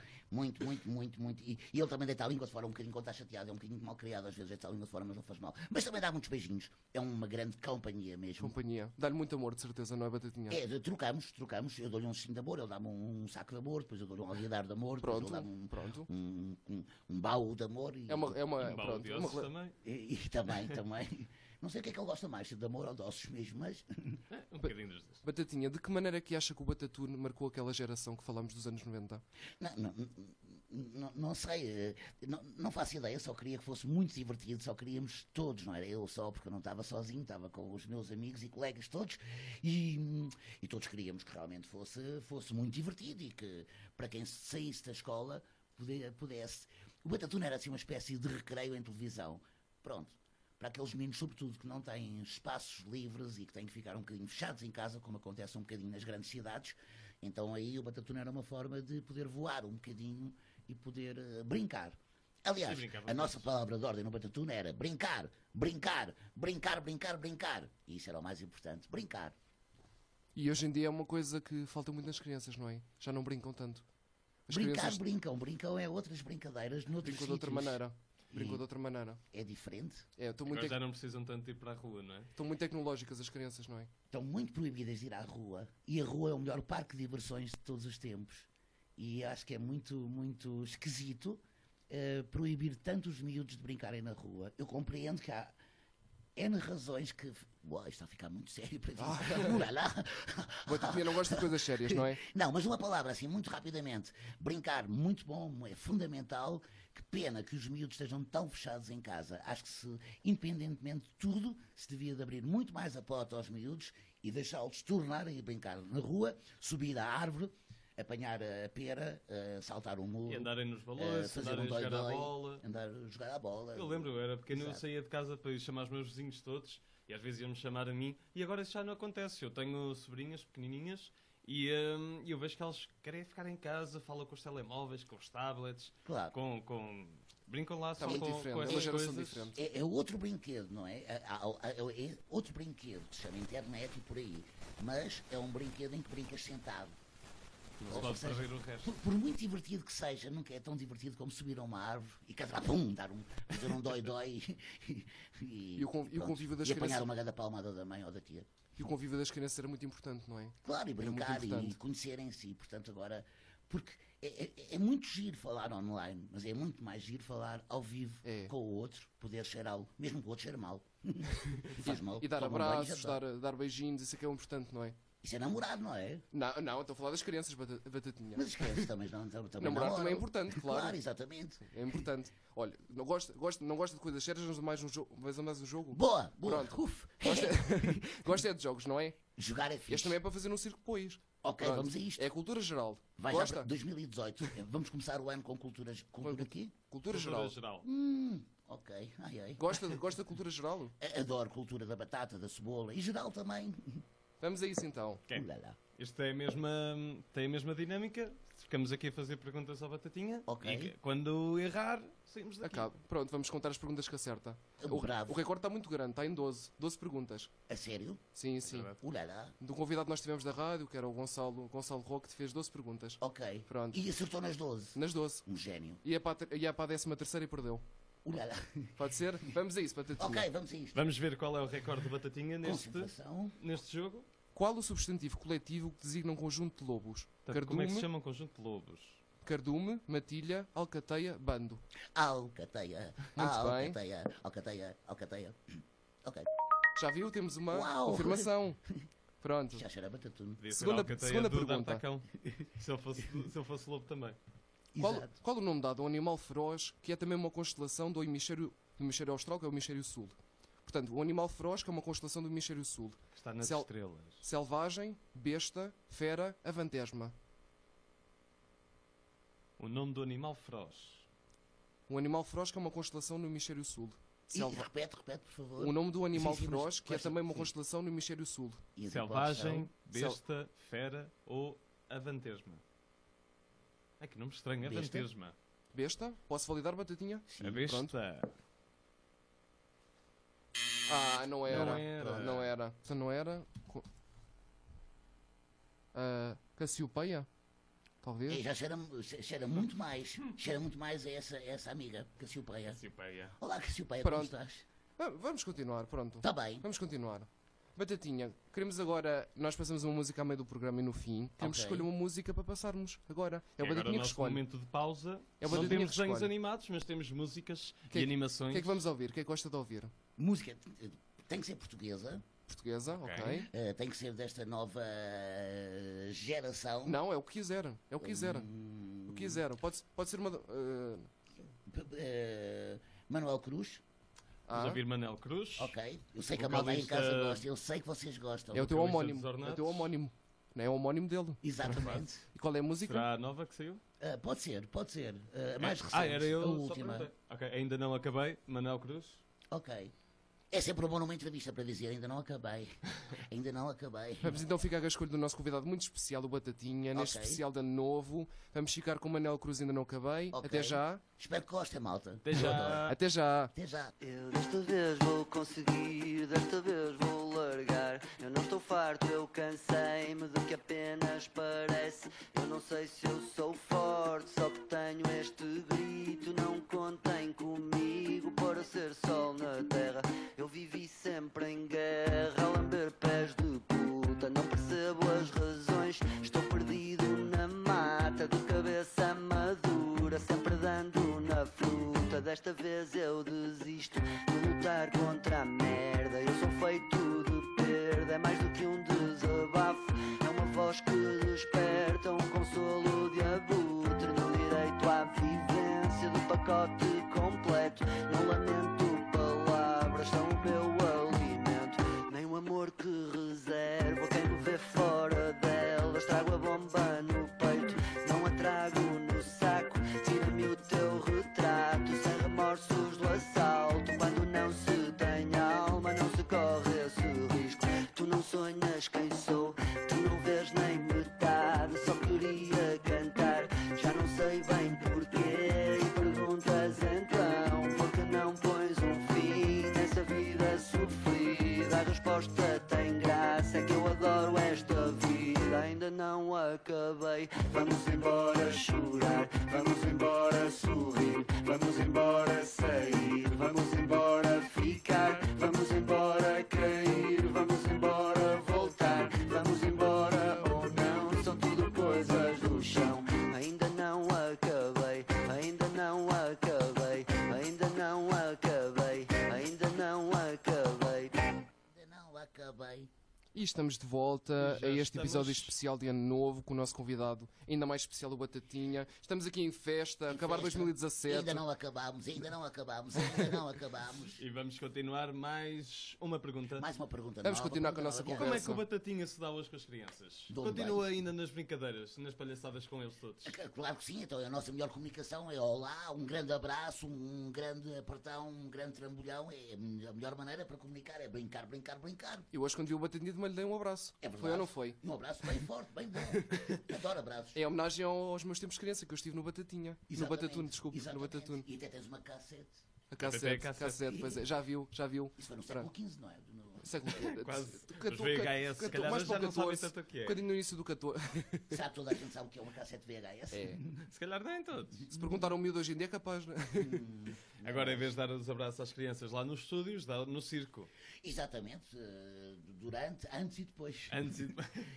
muito, muito, muito. E, e ele também deita a língua de fora um bocadinho quando está chateado, é um bocadinho mal criado, às vezes deita a língua de fora, mas não faz mal. Mas também dá muitos beijinhos, é uma grande companhia mesmo.
Companhia. Dá-lhe muito amor, de certeza, não é, Batatinha?
É, de- trocamos, trocamos, eu dou-lhe um cinto de amor, ele dá-me um, um saco de amor, depois eu dou-lhe um alguidar de amor, depois
Pronto,
ele dá-me um,
pronto.
um, um, um baú de amor e,
É uma. É uma
Um balde
pronto,
de
é uma
ossos
rela-
também.
e- e também, também. Não sei o que é que ele gosta mais, se de amor ou de ossos mesmo, mas
É, Um bocadinho dos dois.
Batatinha, de que maneira é que acha que o Batatune marcou aquela geração que falámos dos anos 90?
Não, não, não, não sei, eh, não, não faço ideia, só queria que fosse muito divertido, só queríamos todos, não era eu só, porque eu não estava sozinho, estava com os meus amigos e colegas todos, e, hum, e todos queríamos que realmente fosse, fosse muito divertido e que para quem saísse da escola pude- pudesse. O Batatuna era assim uma espécie de recreio em televisão. Pronto. Para aqueles meninos, sobretudo, que não têm espaços livres e que têm que ficar um bocadinho fechados em casa, como acontece um bocadinho nas grandes cidades, então aí o Batatuna era uma forma de poder voar um bocadinho e poder eh, brincar. Aliás,
E brincavam
a nossa palavra de ordem no Batatuna era brincar, brincar, brincar, brincar, brincar. E isso era o mais importante, brincar.
E hoje em dia é uma coisa que falta muito nas crianças, não é? Já não brincam tanto. As
brincar,
crianças
brincam, brincam é outras brincadeiras noutros
brincam de outra
sítios.
maneira. Brincam de outra maneira.
É diferente.
É, estão muito,
Agora já
tec-
não precisam tanto de ir para a rua, não é?
estão muito tecnológicas as crianças, não é?
Estão muito proibidas de ir à rua. E a rua é o melhor parque de diversões de todos os tempos. E acho que é muito, muito esquisito eh, proibir tantos miúdos de brincarem na rua. Eu compreendo que há N razões que. Uau, isto está a ficar muito sério para ti. Uralá.
Batatinha não gosta de coisas sérias, não é?
Não, mas uma palavra assim, muito rapidamente. Brincar, muito bom, é fundamental. Que pena que os miúdos estejam tão fechados em casa. Acho que se, independentemente de tudo, se devia de abrir muito mais a porta aos miúdos e deixá-los tornarem a brincar na rua, subir à árvore, apanhar a pera, eh, saltar um muro,
E andarem
É,
nos
eh,
balões,
fazer
andarem
um
a jogar à
dói-dói,
bola.
andar a jogar à bola.
Eu lembro, eu era pequeno, eu
Exato.
saía de casa para ir chamar os meus vizinhos todos e às vezes iam-me chamar a mim e agora isso já não acontece. Eu tenho sobrinhas pequenininhas e hum, eu vejo que elas querem ficar em casa, falam com os telemóveis, com os tablets,
Claro.
com... com... Brincam lá
Está
só
muito
com,
diferente,
com
é uma
essas
geração
coisas.
diferente.
É, é outro brinquedo, não é? Há- há- há- É outro brinquedo que se chama internet e por aí. Mas é um brinquedo em que brincas sentado.
Não
é?
Ou
se pode
seja,
perder o resto.
Por, por muito divertido que seja, nunca é tão divertido como subir a uma árvore e cadrar, pum, dar um, fazer um dói-dói e,
E o con- e o
pronto.
convívio das
E apanhar
crianças-
uma grande palmada da mãe ou da tia.
E o convívio das crianças era muito importante, não é?
Claro, e
muito
brincar e,
importante.
e conhecerem-se. E, Portanto, agora. Porque é, é- é muito giro falar online, mas é muito mais giro falar ao vivo
É.
com o outro, poder cheirá-lo, mesmo que o outro cheire mal. e faz mal.
E dar
toma um banho e já
abraços,
está.
dar, dar beijinhos, isso é que é o importante, não é?
Isso é namorado, não é?
Não, não, estou a falar das crianças, bata- Batatinha.
Mas esquece também. Não, também
Namorar
namoram.
também é importante, claro.
Claro, exatamente.
É importante. Olha, não gosta, gosta, não gosta de coisas sérias, mas mais um jogo. Vais a mais um jogo?
Boa, boa.
Pronto.
Uf.
Gosta, gosta é de jogos, não é?
Jogar é fixe.
Este também é para fazer um circo pois.
Ok, vamos a isto.
É cultura geral.
Vai já
gosta?
para 2018. Eh, Vamos começar o ano com culturas. Cultura aqui?
Cultura,
Cultura
geral.
geral.
Hum, ok. Ai, ai.
Gosta, de- gosta de cultura geral?
A- Adoro cultura da batata, da cebola e geral também.
Vamos a isso então.
Ok.
Ulala.
Isto tem a mesma, tem a mesma dinânica. Ficamos aqui a fazer perguntas à batatinha.
Ok.
E que- quando errar, saímos daqui.
Acaba. Pronto, vamos contar as perguntas que acerta. O,
Bravo.
o recorde está muito grande, está em 12. 12 perguntas.
A sério?
Sim, sim.
verdade.
Ulala.
Do convidado que nós tivemos da rádio, que era o Gonçalo, Gonçalo Roque, que fez 12 perguntas.
Ok.
Pronto.
E acertou nas 12.
Nas 12.
Um gênio.
Ia para a, ter- ia para a 13 terceira e perdeu.
Ulala.
Pode ser? Vamos a isso, Batatinha.
Ok, vamos a isto.
Vamos ver qual é o recorde de batatinha neste,
Concentração.
neste jogo.
Qual o substantivo coletivo que designa um conjunto de lobos?
Portanto,
cardume,
como é que se chama um conjunto de lobos?
cardume, matilha, alcateia, bando.
Alcateia.
Muito
Alcateia. Alcateia. Alcateia. Ok.
Já viu? Temos uma
Uau!
confirmação. Pronto.
Já cheira batatuno.
Podia
Segunda-
alcateia
segunda
é do
pergunta.
D'Artacão. Se eu fosse, se eu fosse lobo também.
Qual,
Exato.
qual o nome dado a um animal feroz que é também uma constelação do hemisfério, do hemisfério austral, que é o hemisfério sul? Portanto, o animal feroz que é uma constelação do hemisfério sul.
Está nas
Se ele-
estrelas.
Selvagem, besta, fera, avantesma.
O nome do animal feroz.
Um animal feroz que é uma constelação no hemisfério sul. selva-
repete, repete, por favor.
o nome do animal
Sim, sim, mas
feroz, que é
questa-
também uma
sim.
constelação no hemisfério sul.
E as
Selvagem,
hipóteses
besta, fera ou avantesma? Ai, que nome estranho,
Besta?
avantesma.
Besta? Posso validar, batatinha?
a besta.
É Ah, não era.
Não era.
Não era. Se não era. co- Ah, Cassiopeia?
são-
Talvez.
Ei, É, já cheira, che- cheira muito mais. Cheira muito mais a essa, essa amiga, Cassiopeia.
Cassiopeia.
Olá, Cassiopeia, como
Pronto.
estás?
Ah, vamos continuar, pronto.
Está bem.
Vamos continuar. Batatinha, queremos agora. Nós passamos uma música a meio do programa e no fim. Queremos
Ok.
que escolher uma música para passarmos agora. É
É
o
agora o
Batatinha que
nosso
escolhe.
momento de pausa.
É o
Não
Batatinha
temos
que
desenhos
escolhe.
animados, mas temos músicas
Que é
e
que- O
animações.
que é que vamos ouvir? O que é que gosta de ouvir?
Música eh, tem que ser portuguesa,
Portuguesa, ok.
Ok.
eh, tem que ser desta nova eh, geração.
Não, é o que quiser. É o que quiser.
Hum,
O que quiser. Pode, pode ser uma. ah,
p- p- eh, Manuel Cruz,
Vamos
ah,
ouvir Manel Cruz.
ok. Eu sei que a malta aí em
Vocalista-
casa gosta, eu sei que vocês gostam.
é o teu
vocalista
homónimo.
dos
É o
Ornatos.
teu homónimo. Não é o homónimo dele.
Exatamente.
E qual é a música?
Será a nova que saiu?
Ah, pode ser, pode ser. Ah, mais
É-
recente,
ah, era eu,
a
só
última.
perguntei. Ok, ainda não acabei. Manel Cruz.
Ok. É sempre bom numa entrevista para dizer, ainda não acabei. ainda não acabei.
Vamos então ficar com a escolha do nosso convidado muito especial, o Batatinha, neste
Ok.
especial de ano novo. Vamos ficar com o Manel Cruz, ainda não acabei.
Ok.
Até já.
Espero que gostem, malta.
Até
Eu adoro.
já.
Até já.
Até já.
Eu desta vez vou conseguir, desta vez vou largar. Eu não estou farto, eu cansei-me do que apenas parece. Eu não sei se eu sou forte, só que tenho este grito. Não contem comigo para ser sol na terra. Eu vivi sempre em guerra, a lamber pés de puta. Não percebo as razões, estou perdido na mata, de cabeça madura, sempre dando na fruta. Desta vez eu desisto de lutar contra a merda. Eu sou feito de perda, é mais do que um desabafo. É uma voz que desperta um consolo de abutre. Não direito à vivência do pacote completo. Não lamento palavras, são o meu alimento. Nem o amor que reservo a quem me vê fora delas. Trago a bomba no peito, não a trago no saco. Tira-me o teu retrato, sem remorsos do assalto. Quando não se tem alma, não se corre esse risco. Tu não sonhas quem sou, tu não vês nem metade. Só queria cantar, já não sei bem porquê. E perguntas então, porque não pões um fim nessa vida sofrida? A resposta tem graça, é que eu adoro esta vida. Ainda não acabei. Vamos embora chorar, vamos embora sorrir, vamos embora sair, vamos embora ficar, vamos embora cair, vamos embora voltar, vamos embora ou não, são tudo coisas do chão. Ainda não acabei, ainda não acabei, ainda não acabei, ainda não acabei.
Ainda não acabei.
E estamos de volta
Já
a este episódio
estamos.
especial de ano novo com o nosso convidado, ainda mais especial, o Batatinha. Estamos aqui em festa,
Em
acabar
festa.
2017.
Ainda não acabámos, ainda não acabámos, ainda não acabámos.
E vamos continuar mais uma pergunta.
Mais uma pergunta
Vamos
nova,
continuar com a
pergunta
nossa
nova,
conversa.
Como é que o Batatinha se dá hoje com as crianças?
Dou-lhe
Continua ainda nas brincadeiras, nas palhaçadas com eles todos.
É Claro que sim, então a nossa melhor comunicação é olá, um grande abraço, um grande apertão, um grande trambolhão. É a melhor- a melhor maneira para comunicar é brincar, brincar, brincar.
Eu hoje, quando vi o Batatinha, também lhe dei um abraço.
É
foi ou
verdade.
não foi?
Um abraço bem forte, bem bom. Adoro abraços.
Em homenagem ao- aos meus tempos de criança, que eu estive no Batatinha. No
Exatamente,
Batatune, desculpe.
exatamente.
No Batatune.
E até tens uma cassete.
A
Até
cassete,
a cassete.
cassete, pois é. Já viu, já viu.
Isso foi no
Pronto.
século XV, não é? No-
Século
Quase.
tu- tu-
Os
tu-
VHS,
tu-
se calhar,
mais
já
para o
não sabem
14,
tanto o que é.
Um bocadinho no início do 14.
Sabe toda a gente sabe o que é uma cassete VHS?
É.
Se calhar nem todos.
Se perguntaram ao miúdo hoje em dia, é capaz, né?
Agora, em vez de dar os abraços às crianças lá nos estúdios, dá no circo.
Exatamente, eh, durante, antes e depois.
Antes e...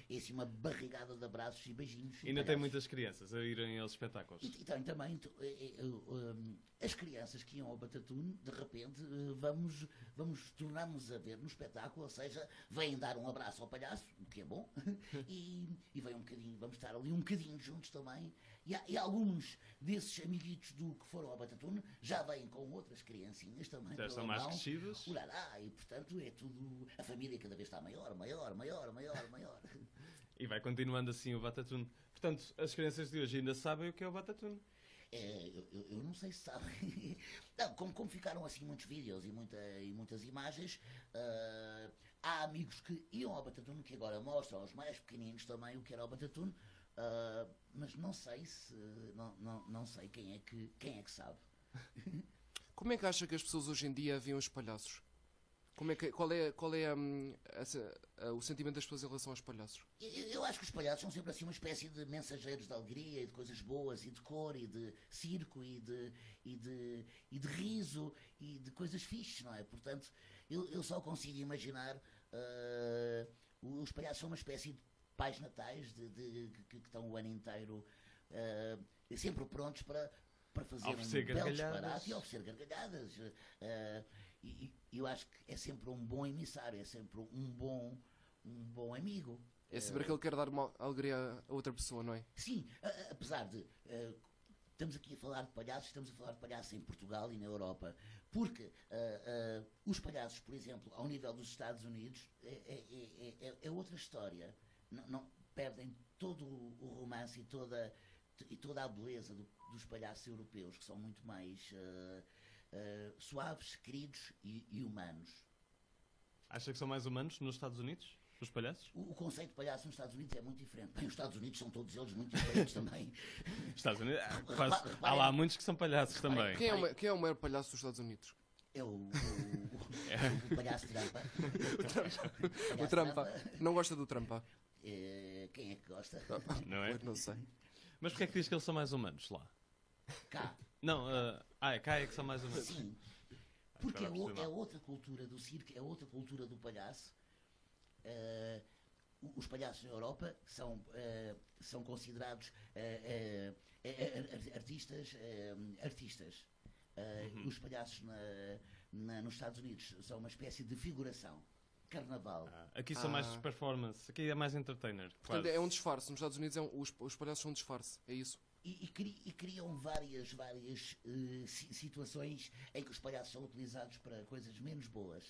E assim uma barrigada de abraços e beijinhos.
Ainda tem
Palhaços.
muitas crianças a irem aos espetáculos.
E, e tem também tu- eh, eh, eh, um, as crianças que iam ao Batatune, de repente, eh, vamos, vamos tornamos a ver no espetáculo, ou seja, vêm dar um abraço ao palhaço, o que é bom, e, e vem um bocadinho, vamos estar ali um bocadinho juntos também. E, há- e alguns desses amiguitos do que foram ao Batatune já vêm com outras criancinhas também.
Já
pela
estão mais
mão.
crescidos.
Urará, e portanto é tudo. A família cada vez está maior, maior, maior, maior, maior.
E vai continuando assim o Batatune. Portanto, as crianças de hoje ainda sabem o que é o Batatune.
eh, eu, eu- eu não sei se sabem. Não, como, como ficaram assim muitos vídeos e, muita, e muitas imagens, ah, há amigos que iam ao Batatune que agora mostram aos mais pequeninos também o que era o Batatune, ah, mas não sei se. Não, não, não sei quem é, que, quem é que sabe.
Como é que acha que as pessoas hoje em dia veem os palhaços? Como é que, qual é, qual é hum, essa- ah, o sentimento das pessoas em relação aos palhaços?
Eu, eu acho que os palhaços são sempre assim uma espécie de mensageiros de alegria e de coisas boas e de cor e de circo e de, e de, e de riso e de coisas fixes, não é? Portanto, eu, eu só consigo imaginar. ah, os palhaços são uma espécie de pais natais de, de- que- que estão o ano inteiro ah, sempre prontos para, para fazer um
Oferecer
belo
gargalhadas.
disparate e oferecer gargalhadas. ah, e, e eu acho que é sempre um bom emissário, é sempre um bom, um bom amigo.
É saber que ele quer dar uma alegria a outra pessoa, não é?
Sim, a- a- apesar de. eh, estamos aqui a falar de palhaços, estamos a falar de palhaços em Portugal e na Europa. Porque ah, ah, os palhaços, por exemplo, ao nível dos Estados Unidos, é, é- é- é- é outra história. Não, não- perdem todo o o romance e toda, e toda a beleza do- dos palhaços europeus, que são muito mais. ah, ah, suaves, queridos e- e humanos.
Acha que são mais humanos nos Estados Unidos? Os palhaços?
O, o conceito de palhaço nos Estados Unidos é muito diferente. Bem, os Estados Unidos são todos eles muito diferentes também.
Estados Unidos? ah,
Repa-
quase-
reparem-
há lá muitos que são palhaços também.
Quem é, o, ma- quem é o maior palhaço dos Estados Unidos?
É o, o, o palhaço trampa. o
O
palhaço
Trampa. Não gosta do Trampa?
Eh, quem é que gosta?
Não é?
Eu Não sei.
Mas porquê é que diz que eles são mais humanos lá?
Cá,
Não, ah, ah, é cá é que são mais humanos.
sim. Porque é,
Agora
o-
percebi mal.
é outra cultura do circo, é outra cultura do palhaço. Eh, o- os palhaços na Europa são, eh, são considerados eh, eh, eh, ar- artistas. eh, artistas. Eh, Os palhaços na- na- nos Estados Unidos são uma espécie de figuração. Carnaval.
Ah, Aqui são mais
Ah.
performance, aqui é mais entertainer.
Portanto,
quase.
é um disfarce. Nos Estados Unidos é um- os, os palhaços são um disfarce. É isso.
E, e cri- e criam várias, várias eh, si- situações em que os palhaços são utilizados para coisas menos boas.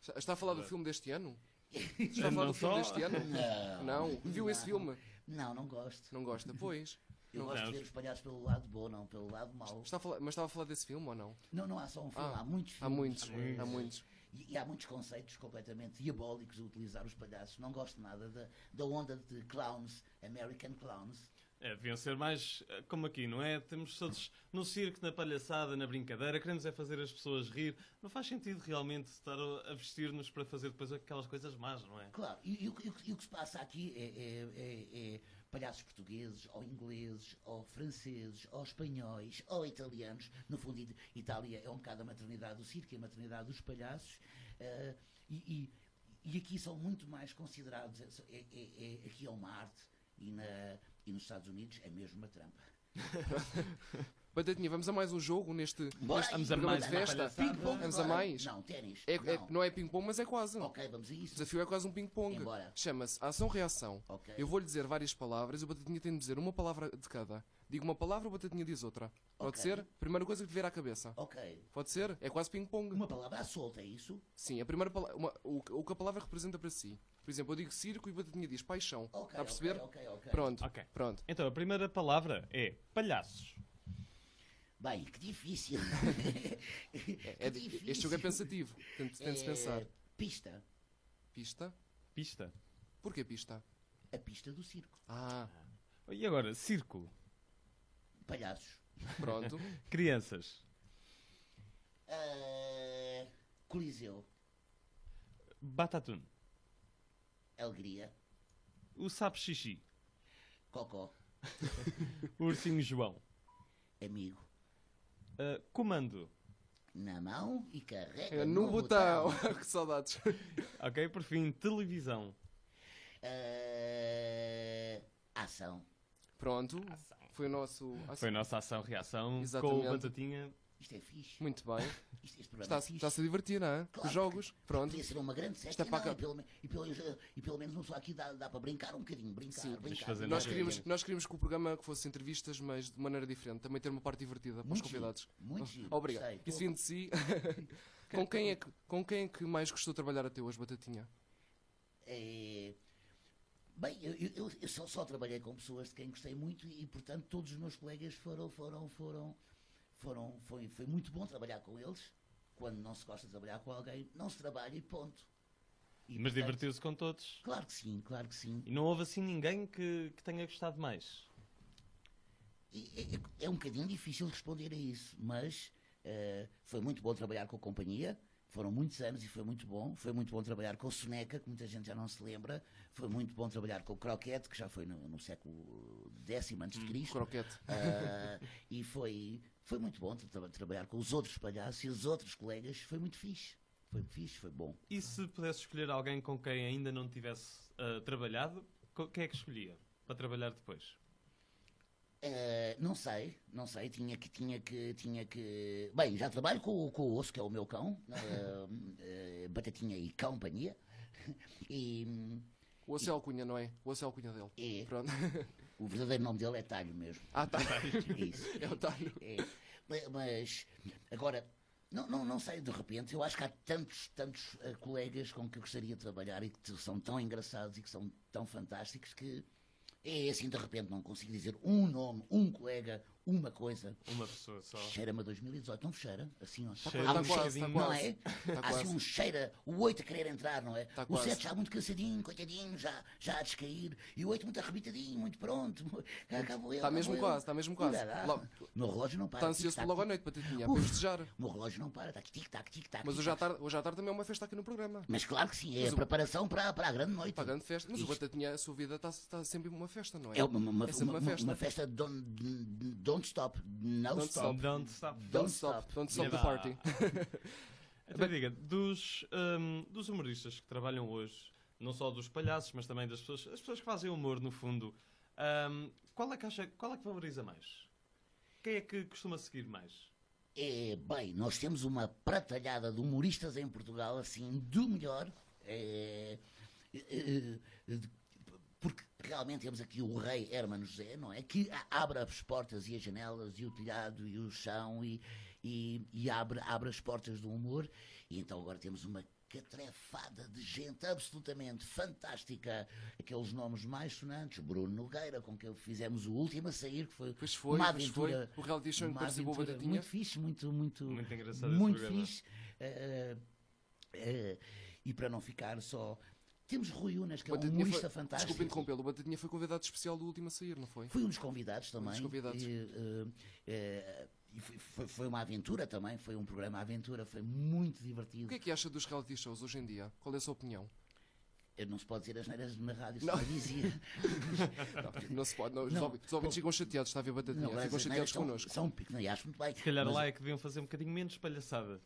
Está- Está a falar do
Verdade.
filme deste ano? Está a falar
Não
do filme
só.
deste ano?
Não.
Não. Viu esse filme?
Ah, Não, não gosto.
Não gosta? Pois.
Eu gosto
Não.
de ver os palhaços pelo lado bom, não pelo lado mau.
Está a falar- mas estava a falar desse filme ou não?
Não, não há só um filme,
Ah,
há muitos
Há
filmes.
muitos.
muitos.
Há muitos.
E, e há muitos conceitos completamente diabólicos a utilizar os palhaços. Não gosto nada da, da onda de clowns, American clowns.
É, deviam ser mais eh, como aqui, não é? Temos todos no circo, na palhaçada, na brincadeira, queremos é fazer as pessoas rir. Não faz sentido realmente estar a a vestir-nos para fazer depois aquelas coisas más, não é?
Claro, e, e o que- e o que- e o que se passa aqui é, é- é- é palhaços portugueses, ou ingleses, ou franceses, ou espanhóis, ou italianos. No fundo, It- Itália é um bocado a maternidade do circo, e a maternidade dos palhaços. eh, e, e- e aqui são muito mais considerados. é- é- é- é- aqui é uma arte, e, na- e nos Estados Unidos é mesmo uma trampa.
Batatinha, vamos a mais um jogo neste.
Bora aí,
Vamos a
programa
mais
de
uma
festa.
palhaçada.
ping-pong
Vamos a
agora.
mais?
Não, ténis.
É- é-
não.
não é ping-pong, mas é quase.
Ok, vamos a
O
isso.
desafio é quase um ping-pong.
Embora.
Chama-se ação-reação.
Ok.
Eu vou-lhe dizer várias palavras e o Batatinha tem de dizer uma palavra de cada. Digo uma palavra, o Batatinha diz outra. Pode
Ok.
ser? Primeira coisa que te vier à cabeça.
Ok.
Pode ser? É quase ping-pong.
Uma palavra à solta, é isso?
Sim, a primeira pala- uma- o, que- o que a palavra representa para si. Por exemplo, eu digo circo e o Batatinha diz paixão.
Ok,
Está a perceber?
ok, ok, ok.
Pronto.
Ok.
Pronto.
Então, a primeira palavra é palhaços.
Bem, que difícil.
É di- este jogo é pensativo. Tem de, tem de se
É,
pensar.
Pista.
Pista?
Pista.
Porquê pista?
A pista do circo.
Ah,
E agora, circo.
Palhaços.
pronto.
Crianças.
Ah, Coliseu.
Batatune.
Alegria.
O sapo xixi.
Cocó.
O ursinho João.
Amigo.
Ah, comando.
Na mão e carrega.
É no botão. que saudades.
Ok, por fim, televisão.
Ah, ação.
Pronto. Foi o nosso. ah,
Foi a nossa ação-reação com
Exatamente.
o Batatinha.
Isto é fixe.
Muito bem.
Isto, este programa
Está-
é
Está-se
fixe.
a divertir, não é? Com
Claro.
os jogos. Pronto.
Podia ser uma grande série.
Isto é
Não,
para
e,
cá.
pelo, me- e, pelo, e pelo menos não só aqui dá, dá para brincar um bocadinho. Brincar,
Sim,
brincar.
deixa fazer
Nós
Nada.
queríamos, nós queríamos que o programa que fosse entrevistas, mas de maneira diferente. Também ter uma parte divertida para os
Muito giro,
convidados.
muito giro,
Uhum. Obrigado.
gostei.
E seguindo de si, com, quem é que, com quem é que mais gostou de trabalhar até hoje, Batatinha?
É, Bem, eu, eu- eu- eu só, só trabalhei com pessoas de quem gostei muito e, portanto, todos os meus colegas foram, foram, foram, foram, foi, foi muito bom trabalhar com eles. Quando não se gosta de trabalhar com alguém, não se trabalha e ponto. E,
Mas
portanto,
divertiu-se com todos.
Claro que sim, claro que sim.
E não houve assim ninguém que, que tenha gostado mais.
E- e- e- É um bocadinho difícil responder a isso, mas eh, foi muito bom trabalhar com a companhia. Foram muitos anos e foi muito bom. Foi muito bom trabalhar com o Soneca, que muita gente já não se lembra. Foi muito bom trabalhar com o Croquete, que já foi no, no século X antes de Cristo.
Croquete.
Ah, e foi, foi muito bom tra- tra- trabalhar com os outros palhaços e os outros colegas. Foi muito fixe. Foi fixe, foi bom.
E se pudesse escolher alguém com quem ainda não tivesse ah, trabalhado, co- quem é que escolhia para trabalhar depois?
Eh, não sei, não sei, tinha que, tinha que, tinha que... Bem, já trabalho com, o- com o Osso, que é o meu cão, eh, eh, Batatinha e Companhia, e hum,
O Osso é a alcunha, não é? O Osso é a alcunha dele.
é,
Pronto.
o verdadeiro nome dele é Talho mesmo,
Ah, tá.
é isso.
É o talho.
É, ma- mas, agora, não, não, não sei, de repente, eu acho que há tantos, tantos eh, colegas com que eu gostaria de trabalhar e que t- são tão engraçados e que são tão fantásticos que... É assim, de repente, não consigo dizer um nome, um colega, uma coisa.
Uma pessoa só.
Cheira-me a 2018, não cheira? Assim, ó.
Cheira-
Há
Tá
um
quase,
cheirinho,
tá
não
quase.
é?
Tá
Há assim
quase.
um cheira, o 8 a querer entrar, não é?
Tá
o
quase.
7 já muito cansadinho, coitadinho, já, já a descair. E o 8 muito arrebitadinho, muito pronto. Cá, cá vou eu,
Tá
cá
mesmo
vou eu.
quase, tá mesmo quase.
Olha lá.
Logo-
O ah. meu relógio não para.
Está Tá ansioso
tic-tac,
por logo à noite para ter dinheiro, para
Uf.
festejar.
O meu relógio não para, tá tic-tac, tic-tac.
Mas hoje à,
tic-tac.
tarde, hoje à tarde também é uma festa aqui no programa.
Mas claro que sim, é
Mas
a
o-
preparação para, para a grande noite.
Para a grande festa. Mas o
Então, Isto-
Batatinha, a sua vida está está sempre uma festa, não é?
É uma, uma,
É sempre uma
uma,
festa.
uma festa don't, don't stop, no
Don't stop.
stop.
Don't stop.
Don't stop.
stop.
Don't stop the
Yeah.
party.
Então, diga, dos, hum, dos humoristas que trabalham hoje, não só dos palhaços, mas também das pessoas, as pessoas que fazem humor, no fundo, hum, qual, é que acha, qual é que valoriza mais? Quem é que costuma seguir mais?
É, bem, nós temos uma pratalhada de humoristas em Portugal, assim, do melhor. é, é, é, de- porque realmente temos aqui o rei Hermano José, não é? Que a- abre as portas e as janelas e o telhado e o chão e, e- e abre, abre as portas do humor. E então agora temos uma catrefada de gente absolutamente fantástica. Aqueles nomes mais sonantes. Bruno Nogueira, com quem fizemos o último a sair, que foi,
Pois foi,
uma
pois foi.
aventura.
O reality show em que
uma
participou o
aventura
Batatinha.
Muito fixe, muito, muito,
Muito engraçado esse
muito
programa.
fixe. Eh, eh, e para não ficar só. Temos Rui Unas, que é um
Batatinha
humorista
foi-
fantástico.
Desculpa interrompê-lo, o Batatinha foi convidado especial do último a sair, não foi?
Fui um dos convidados também.
dos convidados.
E, eh, eh, e foi- foi, foi uma aventura também, foi um programa aventura, foi muito divertido.
O que é que acha dos reality shows hoje em dia? Qual é a sua opinião?
Eh, Não se pode dizer as neiras na rádio, se
Não.
não dizia.
Não, não se pode, não, os
Não.
ouvi- os ouvintes ficam chateados, está a ver Batatinha,
Não, as
ficam
asneiras
chateados
são-
connosco.
São pequenas, muito bem.
Se calhar lá é que deviam fazer um bocadinho menos palhaçada.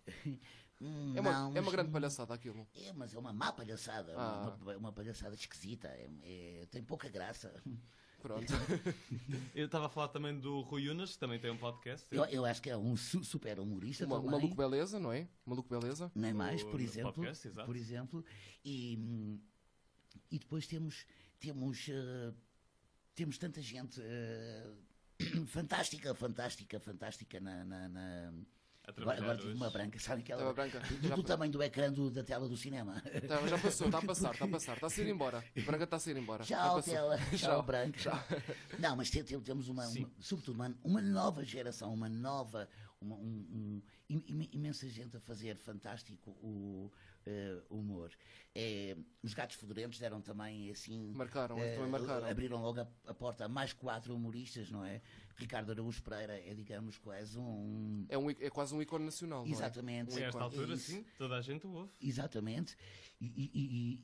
hum,
É uma, é uma grande palhaçada aquilo.
É, mas é uma má palhaçada,
Ah.
uma, uma palhaçada esquisita, é- é- tem pouca graça.
Pronto.
Eu estava a falar também do Rui Unas, que também tem um podcast.
Eu, eu acho que é um su- super humorista
Uma, o
também.
Maluco Beleza, não é? O Maluco Beleza.
nem mais,
O
por exemplo,
podcast, exato.
por exemplo, e hum, e depois temos temos eh, temos tanta gente eh, fantástica, fantástica, fantástica na, na- na-
a
agora,
trabalhar
agora tive
hoje.
uma branca, sabe
Estava
aquela
branca.
do,
Já,
é do tamanho do ecrã do- da tela do cinema.
tá, já passou, está a passar, está a passar. Está a sair embora. A branca está a sair embora. já
Tchau,
passou.
tela. Tchau,
Tchau.
branco. Não, mas te- te- temos uma,
Sim.
uma- sobretudo, uma, uma nova geração, uma nova, uma, um, um- im- im- imensa gente a fazer fantástico o eh, humor. Eh, os gatos fedorentos deram também assim.
Marcaram,
eh,
também marcaram.
Abriram logo a, a porta a mais quatro humoristas, não é? Ricardo Araújo Pereira é, digamos, quase um.
É, um, í- é quase um ícone nacional, não é?
Exatamente.
A esta
É
altura,
isso.
sim, toda a gente o ouve.
Exatamente. E, e- e-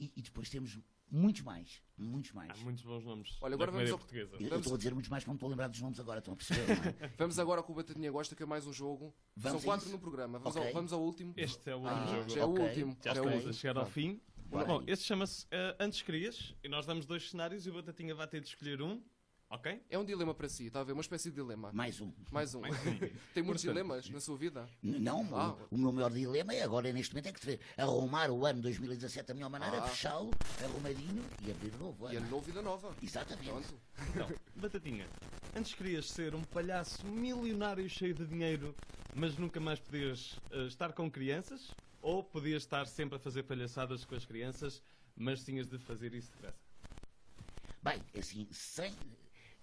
e- e- e depois temos muitos mais. Muitos mais.
Há muitos bons nomes
Olha,
da
agora vamos
comédia
ao-
portuguesa.
Eu- Eu
Vamos-
estou a dizer muitos mais, que não me estou a lembrar dos nomes agora, estão a perceber, não é?
Vamos agora ao que o Batatinha gosta, que é mais um jogo. São
Vamos a
quatro
isso?
no programa. Vamos,
Ok.
ao, vamos ao último.
Este é o
Ah,
último jogo.
Já é
Ok.
o último.
Já
é o
estamos
último.
a chegar ao
Pronto.
fim.
Bora
Bom,
aí.
este chama-se eh, Antes Querias, e nós damos dois cenários e o Batatinha vai ter de escolher um, ok?
É um dilema para si, está a ver? Uma espécie de dilema.
Mais um.
Mais um. Tem muitos dilemas na sua vida?
N- Não, o-
Ah.
o, meu maior dilema é agora, neste momento, é que tre- arrumar o ano 2017 da melhor maneira,
Ah.
fechá-lo, arrumadinho e abrir novo
E a
ano.
nova vida nova.
Exatamente.
Pronto.
Então, Batatinha, antes querias ser um palhaço milionário cheio de dinheiro, mas nunca mais podias eh, estar com crianças? Ou podias estar sempre a fazer palhaçadas com as crianças, mas tinhas de fazer isso depressa.
Bem, assim, sem.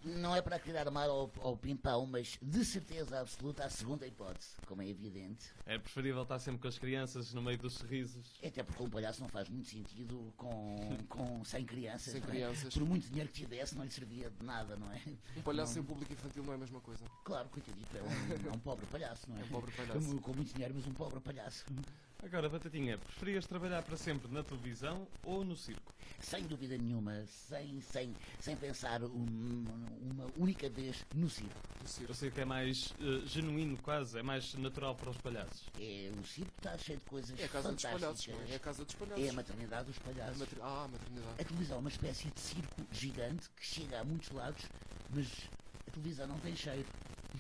Não é para tirar mar ao, ao pimpão, mas de certeza absoluta a segunda hipótese, como é evidente.
É preferível estar sempre com as crianças no meio dos sorrisos.
Até porque um palhaço não faz muito sentido com, com sem crianças.
Sem
não é?
crianças.
Por muito dinheiro que tivesse, não lhe servia de nada, não é?
Um palhaço sem público infantil não é a mesma coisa.
Claro, coitadito, é um, é um pobre palhaço, não é?
É um pobre palhaço.
Com, com muito dinheiro, mas um pobre palhaço.
Agora, Batatinha, preferias trabalhar para sempre na televisão ou no circo?
Sem dúvida nenhuma, sem, sem, sem pensar um- uma única vez no circo.
Do
Eu
circo.
sei que é mais eh, genuíno, quase, é mais natural para os palhaços.
É, o circo está cheio de coisas
É a casa dos palhaços, não é? É a
fantásticas.
casa dos
É a
palhaços.
maternidade dos
A
palhaços.
matri- Ah, a maternidade.
A televisão é uma espécie de circo gigante que chega a muitos lados, mas a televisão não tem cheiro.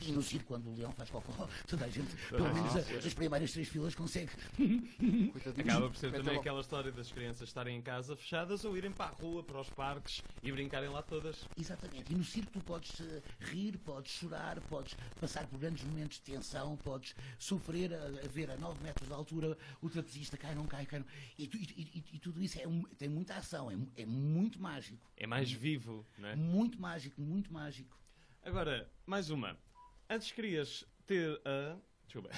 E no circo, quando o leão faz cocó, toda a gente, pelo
a
menos
gente
Ah,
a- as primeiras três filas, consegue. É.
Coitadinho.
Acaba por ser
Mete
também
lá-
aquela história das crianças estarem em casa fechadas ou irem para a rua, para os parques e brincarem lá todas.
Exatamente. E no circo tu podes eh, rir, podes chorar, podes passar por grandes momentos de tensão, podes sofrer a, a ver a 9 metros de altura o trapezista cai, não cai, cai. Não... E, tu- e- e- e tudo isso é um- tem muita ação, é mu- é muito mágico.
É mais vivo, não é?
Muito mágico, muito mágico.
Agora, mais uma. Antes querias ter a. Desculpa.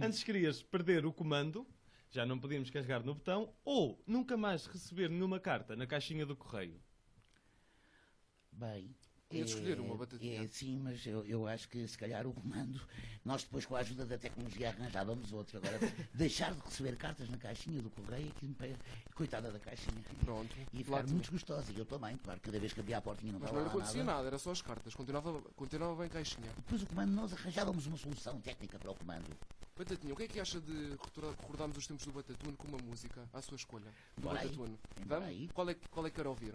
Antes querias perder o comando, já não podíamos carregar no botão, ou nunca mais receber nenhuma carta na caixinha do correio.
Bem.
Tinha de escolher
é-
uma batatinha.
é, sim, mas eu, eu acho que se calhar o comando, nós depois com a ajuda da tecnologia arranjávamos outro. Agora, deixar de receber cartas na caixinha do correio, aquilo me pare- coitada da caixinha.
Pronto.
E
Lá
ficar
tinha.
muito desgostosa, e eu também, claro, cada vez que abria a portinha não
Mas
estava
não lhe
lá
acontecia
nada.
nada, era só as cartas. Continuava, continuava bem caixinha.
Depois o comando, nós arranjávamos uma solução técnica para o comando.
Batatinha, o que é que acha de retora- recordarmos os tempos do Batatune com uma música à sua escolha? Do
Bora aí.
Batatune.
Bora aí.
Vamos? Qual é, que- qual é que quer ouvir?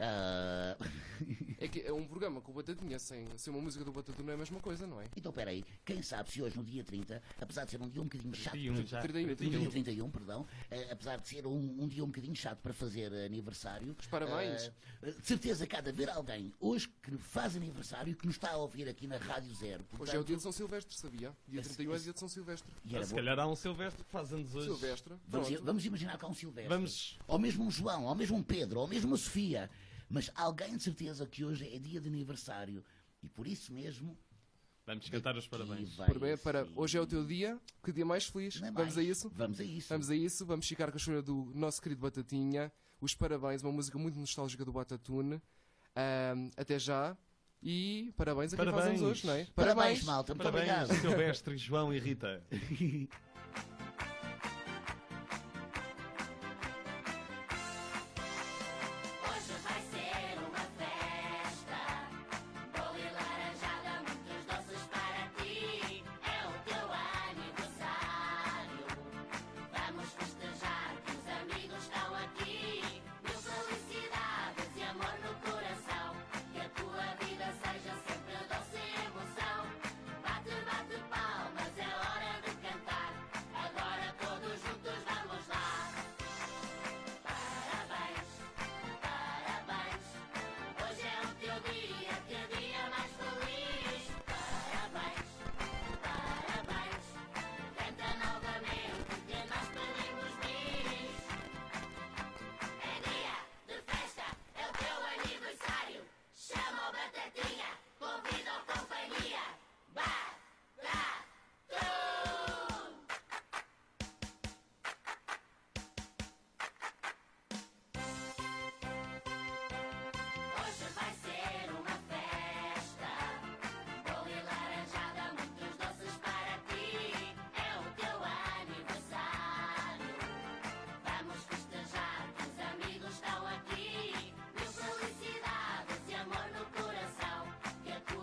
Ah,
É que é um programa com o Batatinha sem, sem uma música do Batatune não é a mesma coisa, não é?
então, peraí, quem sabe se hoje, no dia 30, apesar de ser um dia um bocadinho chato
Tinha um já.
trinta e um,
Eu
No
tinha
dia
um.
31, perdão, eh, apesar de ser um, um dia um bocadinho chato para fazer eh, aniversário.
Os parabéns.
eh, eh, de certeza que há de haver alguém hoje que faz aniversário e que nos está a ouvir aqui na Rádio Zero.
Hoje é o
Portanto,
dia de São Silvestre, sabia? Dia
Esse-
31 é
esse-
dia de São Silvestre.
e era
se
bom.
calhar há um Silvestre que faz anos hoje.
Silvestre.
vamos,
Pronto.
vamos imaginar que há um Silvestre.
Vamos.
Ou mesmo um João, ou mesmo um Pedro, ou mesmo uma Sofia. Mas alguém de certeza que hoje é dia de aniversário. E por isso mesmo.
Vamos cantar os
aqui
parabéns.
vai
Parabéns
esse-
para hoje é o teu dia, que dia mais feliz.
Não é
Vamos a
mais.
isso?
Vamos a isso.
Vamos a isso, vamos ficar com a escolha do nosso querido Batatinha. Os parabéns, uma música muito nostálgica do Batatune. Ahm, até já. E parabéns a quem
Parabéns.
faz anos hoje, não é?
Parabéns, malta. Muito
Parabéns,
obrigado. Tá
Silvestre, João e Rita.
Hoje vai ser uma festa. Bolo e laranjada, muitos doces para ti. É o teu aniversário. Vamos festejar que os amigos estão aqui. Mil felicidades e amor no coração. Que a tua vida seja sempre doce e emoção. Bate, bate palmas, é hora de cantar. É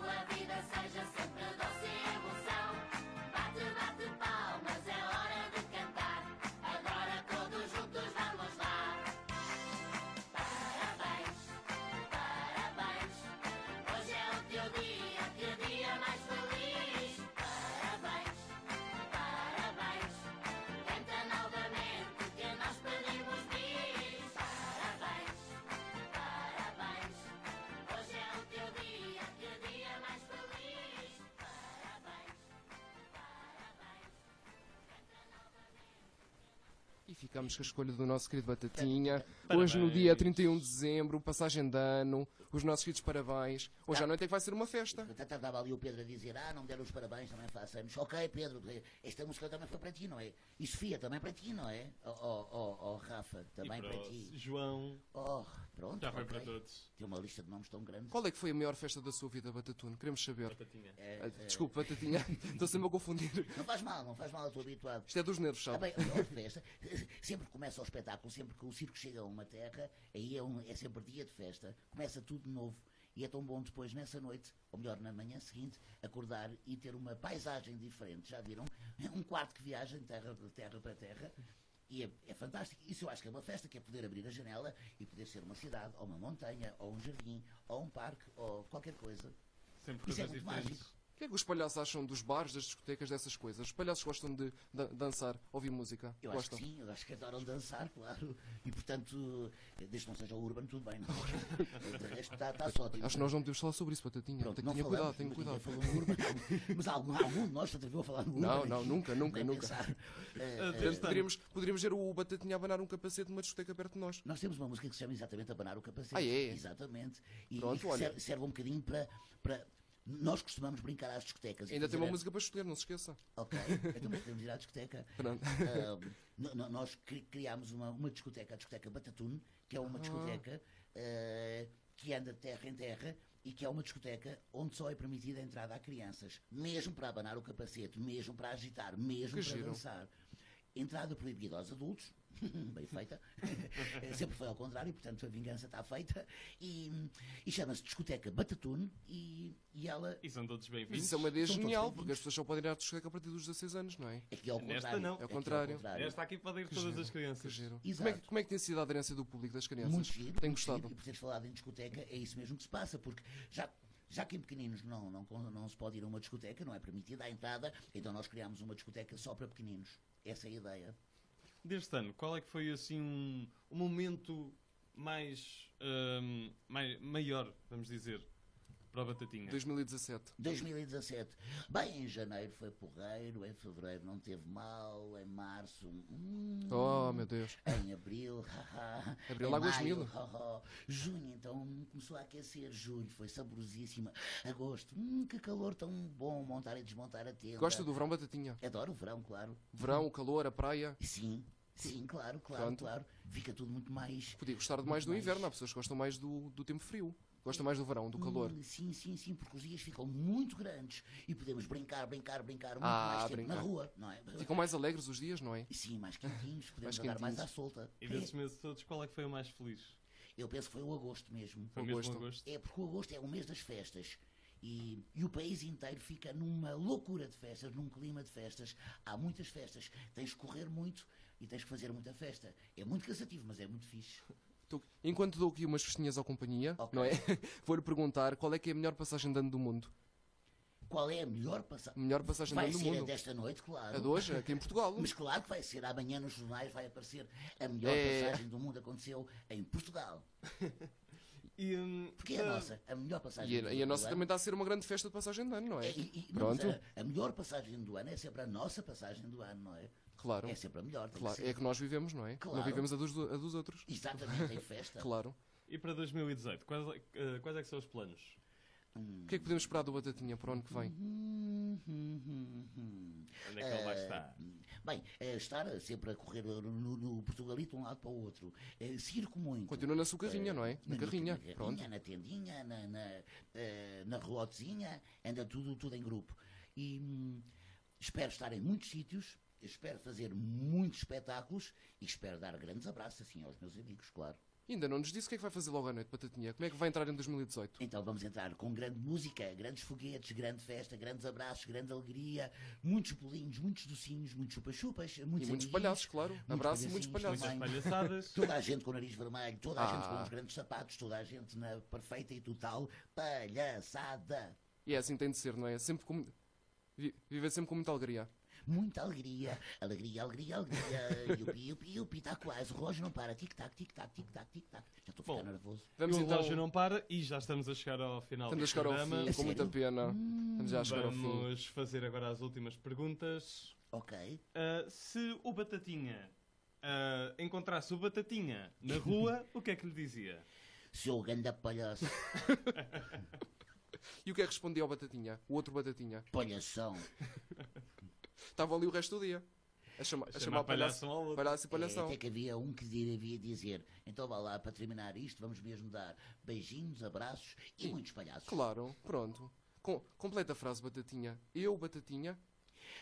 é é é
E ficamos com a escolha do nosso querido Batatinha. Hoje, no dia
Parabéns.
31 de dezembro, passagem de ano, os nossos queridos parabéns. Hoje à noite é que vai ser uma festa.
Estava ali o Pedro a dizer, ah, não me deram os parabéns, também faço anos. Ok, Pedro, esta música também foi para ti, não é? E Sofia, também para ti, não é? Oh, oh, oh, oh Rafa,
E
também para
o
ti.
João,
Oh, pronto,
já foi
ok.
para todos.
Tem uma lista de nomes tão grande.
Qual é que foi a maior festa da sua vida, Batatune? Queremos saber.
Batatinha.
Ah, Desculpe, Batatinha, estou sempre a confundir.
É, Não faz mal, não faz mal, eu estou habituado.
Isto é dos nervos,
Ah,
sabe?
bem, olha, festa. Sempre que começa o espetáculo, sempre que o circo chega a uma terra, aí é, um- é sempre dia de festa, começa tudo de novo. E é tão bom depois, nessa noite, ou melhor, na manhã seguinte, acordar e ter uma paisagem diferente. Já viram? Um quarto que viaja de terra, de terra para terra. E é, é fantástico. Isso eu acho que é uma festa, que é poder abrir a janela e poder ser uma cidade, ou uma montanha, ou um jardim, ou um parque, ou qualquer coisa.
Sempre
Isso é
coisas
muito
diferentes.
mágico.
O que é que os palhaços acham dos bares, das discotecas, dessas coisas? Os palhaços gostam de da- dançar, ouvir música?
Eu
gostam?
acho que sim, eu acho que adoram dançar, claro. E portanto, desde que não seja o Urban, tudo bem, não. De resto está tá só.
Acho que nós não podemos falar sobre isso, Batatinha.
Pronto,
tenho
não
tenha cuidado,
falamos,
tenho
mas
cuidado.
ninguém falou no Urban. Mas algum, algum de nós se atreveu a falar no Urban.
Não,
aqui.
não, nunca, nunca,
Nem
nunca.
pensar. Eh,
Portanto,
Ah, este ano,
Poderíamos, poderíamos ver o Batatinha a abanar um capacete numa discoteca perto de nós.
nós temos uma música que se chama exatamente Abanar o Capacete.
Ah, é?
Exatamente. E,
Pronto,
e que
olha.
serve, serve um bocadinho para. para- Nós costumamos brincar às discotecas. e
Ainda tem uma
fazer-
música para escolher, não se esqueça.
Ok, então mas podemos ir à discoteca.
Pronto.
Ah, no- no- nós cri- criámos uma, uma discoteca, a discoteca Batatune, que é uma discoteca ah, que anda de terra em terra e que é uma discoteca onde só é permitida a entrada a crianças, mesmo para abanar o capacete, mesmo para agitar, mesmo
Que
para
giro.
dançar. Entrada proibida aos adultos, bem feita, Eh, sempre foi ao contrário, portanto a vingança está feita, e, e chama-se discoteca Batatune e, e ela
E são todos
Mas
bem-vindos.
isso é uma ideia
São todos
genial,
bem-vindos.
porque as pessoas só podem ir à discoteca a partir dos 16 anos, não é?
é que é ao
Nesta
contrário.
não. É ao
que
contrário.
Esta aqui pode ir todas as
Que
crianças.
giro.
Exato.
Como é, que- como é que tem sido a aderência do público, das crianças?
Muito giro.
Tenho
muito
gostado.
giro. E por teres falado em discoteca, é isso mesmo que se passa, porque já. Já que em pequeninos não, não, con- não se pode ir a uma discoteca, não é permitida a entrada, então nós criámos uma discoteca só para pequeninos. Essa é a ideia.
Deste ano, qual é que foi assim um, um momento mais, ahm, mai- maior, vamos dizer, para a batatinha?
2017.
2017. Bem, em janeiro foi porreiro, em fevereiro não teve mal, em março. hum,
Oh, meu Deus.
Em abril, haha.
Abril,
em
Lagoas
maio,
Mil.
haha. Junho, então, começou a aquecer. Julho foi saborosíssima. Agosto, hum, que calor tão bom montar e desmontar a tenda.
Gosta do verão, Batatinha?
Adoro o verão, claro.
Verão, o calor, a praia.
Sim, sim, claro, claro,
Pronto.
claro. Fica tudo muito mais.
Podia gostar de mais do
Mas-
inverno, há pessoas que gostam mais do, do tempo frio. Gostam mais do verão, do calor.
Hum, Sim, sim, sim, porque os dias ficam muito grandes e podemos brincar, brincar, brincar muito
Ah,
mais tempo
brincar.
na rua, não é?
Ficam mais alegres os dias, não é?
Sim, mais quentinhos, podemos
Mais
andar mais à
quentinhos.
solta. É,
E desses meses todos, qual é que foi o mais feliz?
Eu penso que foi o agosto mesmo.
Foi
Agosto.
mesmo agosto?
É porque o agosto é o mês das festas. E, e o país inteiro fica numa loucura de festas, num clima de festas. Há muitas festas, tens que correr muito e tens que fazer muita festa. É muito cansativo, mas é muito fixe.
Tu- Enquanto dou aqui umas festinhas à companhia,
Ok.
não é? Vou-lhe perguntar qual é que é a melhor passagem de ano do mundo.
Qual é a melhor passagem?
Melhor passagem de
Vai
ano do
ser a
mundo.
desta noite, claro.
A de hoje, aqui em Portugal.
Mas claro que vai ser. Amanhã nos jornais vai aparecer a melhor
É.
passagem do mundo aconteceu em Portugal.
E, hum,
Porque é a
da-
nossa, a melhor passagem
Ah. E
do
a,
mundo.
e a nossa
não é?
também está a ser uma grande festa de passagem de ano, não é?
É, e- e-
Pronto.
mas a, a melhor passagem do ano é sempre a nossa passagem do ano, não é?
Claro.
É sempre a melhor, tem
Claro,
que
é a
ser.
que nós vivemos, não é? Não
Claro. Então.
vivemos a dos, a dos outros.
Exatamente, em festa.
Claro.
E para 2018, quais, eh, quais é que são os planos?
O que é que podemos esperar do Batatinha para o ano que vem?
Hum, hum, hum, hum.
Onde é que ele vai
Eh,
estar?
Bem, eh, estar sempre a correr no, no Portugalito de um lado para o outro. Eh, circo muito.
Continua na sua carrinha,
Eh,
não é? Na carrinha. Pronto.
na tendinha, na, na, eh, na relotezinha, anda tudo, tudo em grupo. E hum, espero estar em muitos sítios, espero fazer muitos espetáculos e espero dar grandes abraços assim aos meus amigos, claro.
Ainda não nos disse o que é que vai fazer logo à noite, Batatinha. Como é que vai entrar em 2018?
Então vamos entrar com grande música, grandes foguetes, grande festa, grandes abraços, grande alegria, muitos bolinhos, muitos docinhos, muitos chupa-chupas, muitos
E muitos
amiguinhos,
palhaços, claro. Abraço e muitos
palhacinhos
palhaços.
Muitas
também.
palhaçadas.
Toda a gente com o nariz vermelho, toda a gente com
Ah.
os grandes sapatos, toda a gente na perfeita e total palhaçada.
E é assim que tem de ser, não é? Sempre com... vi- Viver sempre com muita alegria.
Muita alegria, alegria, alegria, alegria. Yupi, yupi, yupi, está quase. O relógio não para. Tic-tac, tic-tac, tic-tac, tic-tac. Já estou a
Bom,
ficar nervoso.
Vamos
e o
então.
relógio não para e já estamos a chegar ao final
Estamos a
do
chegar ao
programa.
fim,
A
com muita
sério?
pena. Estamos já a chegar ao fim.
Vamos fazer agora as últimas perguntas.
Ok.
Ah, se o Batatinha ah, encontrasse o Batatinha na rua, o que é que lhe dizia?
Seu ganda palhaço,
E o que é que respondia ao Batatinha? O outro Batatinha?
palhação.
Estava ali o resto do dia. A, chama, a
chamar
chamar palhaço, um
palhação ao outro.
palhaço e
É,
palhação.
até que havia um que dir- havia de dizer, então vá lá, para terminar isto, vamos mesmo dar beijinhos, abraços e muitos palhaços.
Claro, pronto. Com- completa a frase, Batatinha. Eu, Batatinha.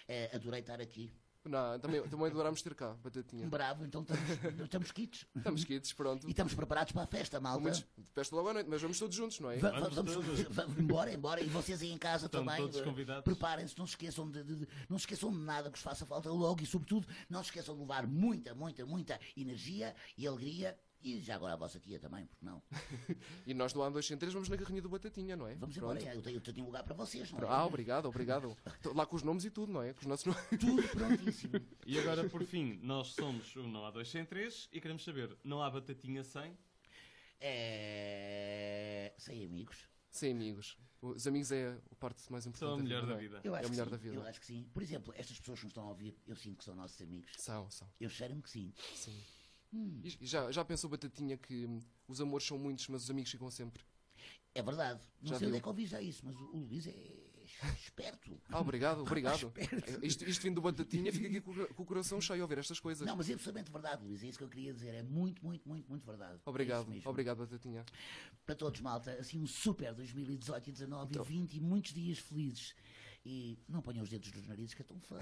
É, adorei estar aqui.
Não, também, também adorámos ter cá, Batatinha.
Bravo, então estamos, estamos quites.
Estamos quites, pronto.
E estamos preparados para a festa,
Pelo
malta.
menos, festa logo à noite, mas vamos todos juntos, não é?
Va- va-
Vamos
vamos,
todos.
vamos embora, embora. E vocês aí em casa
Estão
também.
todos
eh,
convidados.
Preparem-se, não se esqueçam de, de- de- não se esqueçam de nada que vos faça falta logo e, sobretudo, não se esqueçam de levar muita, muita, muita energia e alegria. E já agora a vossa tia também, porque não?
E nós do ano 203 vamos na carrinha do Batatinha, não é?
Vamos
Pronto.
embora, eu tenho, eu tenho lugar para vocês, não é?
Ah, obrigado, obrigado. Tô Lá com os nomes e tudo, não é? Com os nossos nomes.
Tudo prontíssimo.
E agora, por fim, nós somos o Não Há Dois Sem Três e queremos saber, não há Batatinha sem?
É... Sem amigos.
Sim, amigos. Os amigos é a parte mais importante.
São a melhor
não
da
é?
vida.
Eu acho
o melhor
que
da
sim.
vida.
Eu acho que sim. Por exemplo, estas pessoas que nos estão a ouvir, eu sinto que são nossos amigos.
São, são.
Eu cheiro-me que sim.
Sim. E já, já pensou, Batatinha, que hum, os amores são muitos, mas os amigos ficam sempre?
É verdade. Não
Já
sei
viu?
onde é que ouvi já isso, mas o o Luís é esperto.
Ah, obrigado, obrigado. Eh, Isto, isto vindo do Batatinha, fica aqui com, o cora- com o coração cheio a ouvir estas coisas.
Não, mas é absolutamente verdade, Luís. É isso que eu queria dizer. É muito, muito, muito, muito verdade. É
Obrigado,
isso mesmo.
obrigado, Batatinha.
Para todos, malta, assim um super 2018 e 19
Então.
e 20 e muitos dias felizes. E não ponham os dedos nos narizes que é tão feio.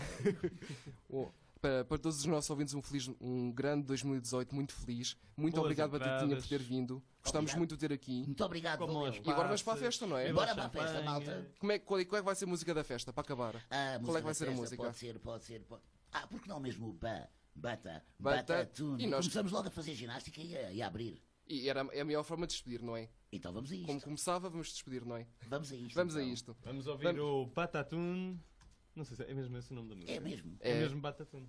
Oh, para, para todos os nossos ouvintes, um, feliz, um grande 2018, muito feliz. Muito
Boas
obrigado, Batatinha,
entradas.
por ter vindo. Gostámos
Obrigado.
muito de ter aqui.
Muito obrigado,
Como
valeu.
as
E agora vamos
passas,
para a festa, não é?
bebam
Bora para a festa,
champanhe.
malta.
Como é, qual, é- qual é que vai ser a música da festa, para acabar?
Ah,
qual é que vai
da
ser a
festa,
música?
Pode ser, pode ser. Pode... Ah, porque não mesmo o ba, bata,
Bata-
batatune.
e nós-
Começamos logo a fazer ginástica e a, e a abrir.
E era é a melhor forma de despedir, não é?
Então vamos a isto.
Como começava, vamos despedir, não é?
Vamos a isto.
Vamos a
então.
isto.
Vamos ouvir o Batatune. Não sei se é mesmo esse o nome da música.
É mesmo.
É
É.
mesmo Batatune.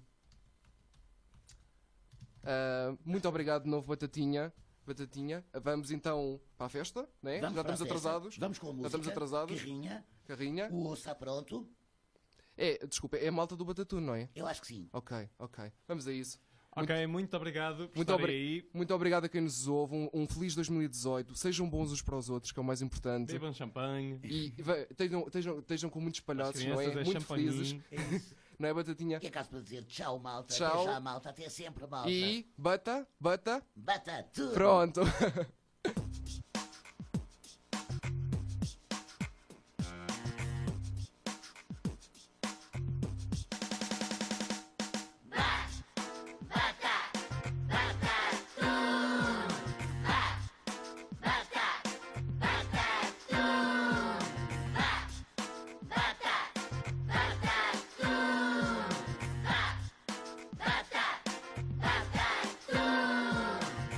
Ah, muito obrigado de novo, Batatinha. Batatinha. Vamos então para a festa, não é?
Vamos
Já
para a
estamos
festa.
atrasados.
Vamos com a
Já
música.
estamos atrasados.
Carrinha.
Carrinha.
O osso está pronto.
É, desculpa, é a malta do Batatune, não é?
Eu acho que sim.
Ok, ok. Vamos a isso.
Ok, muito obrigado por
Muito,
estarem
obri-
aí.
muito obrigado a quem nos ouve. Um, um feliz 2018. Sejam bons uns para os outros, que é o mais importante.
Bebam champanhe.
E ve- estejam, estejam, estejam com muitos
As
palhaços, não
crianças
é?
é
Muito
champanhe.
felizes. Não é, Batatinha?
E é caso para dizer tchau, malta.
Tchau.
Até já, malta. Até sempre, malta.
E bata, bata,
Bata tudo.
pronto.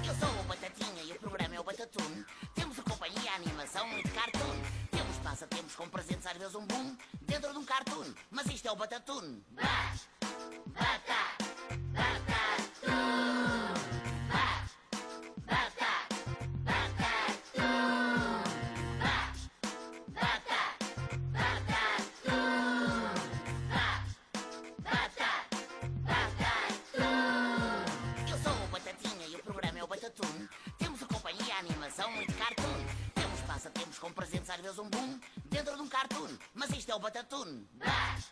Eu sou o Batatinha e o programa é o Batatune. Temos a companhia, a animação e cartoon. Temos passatempos com presentes, às vezes um boom, dentro de um cartoon. Mas isto é o Batatune. Eu sou o Batatinha e o programa é o Batatune. Temos a companhia, a animação e cartoon. Temos passatempos com presentes, às vezes um boom, dentro de um cartoon. Mas isto é o Batatune. Basta!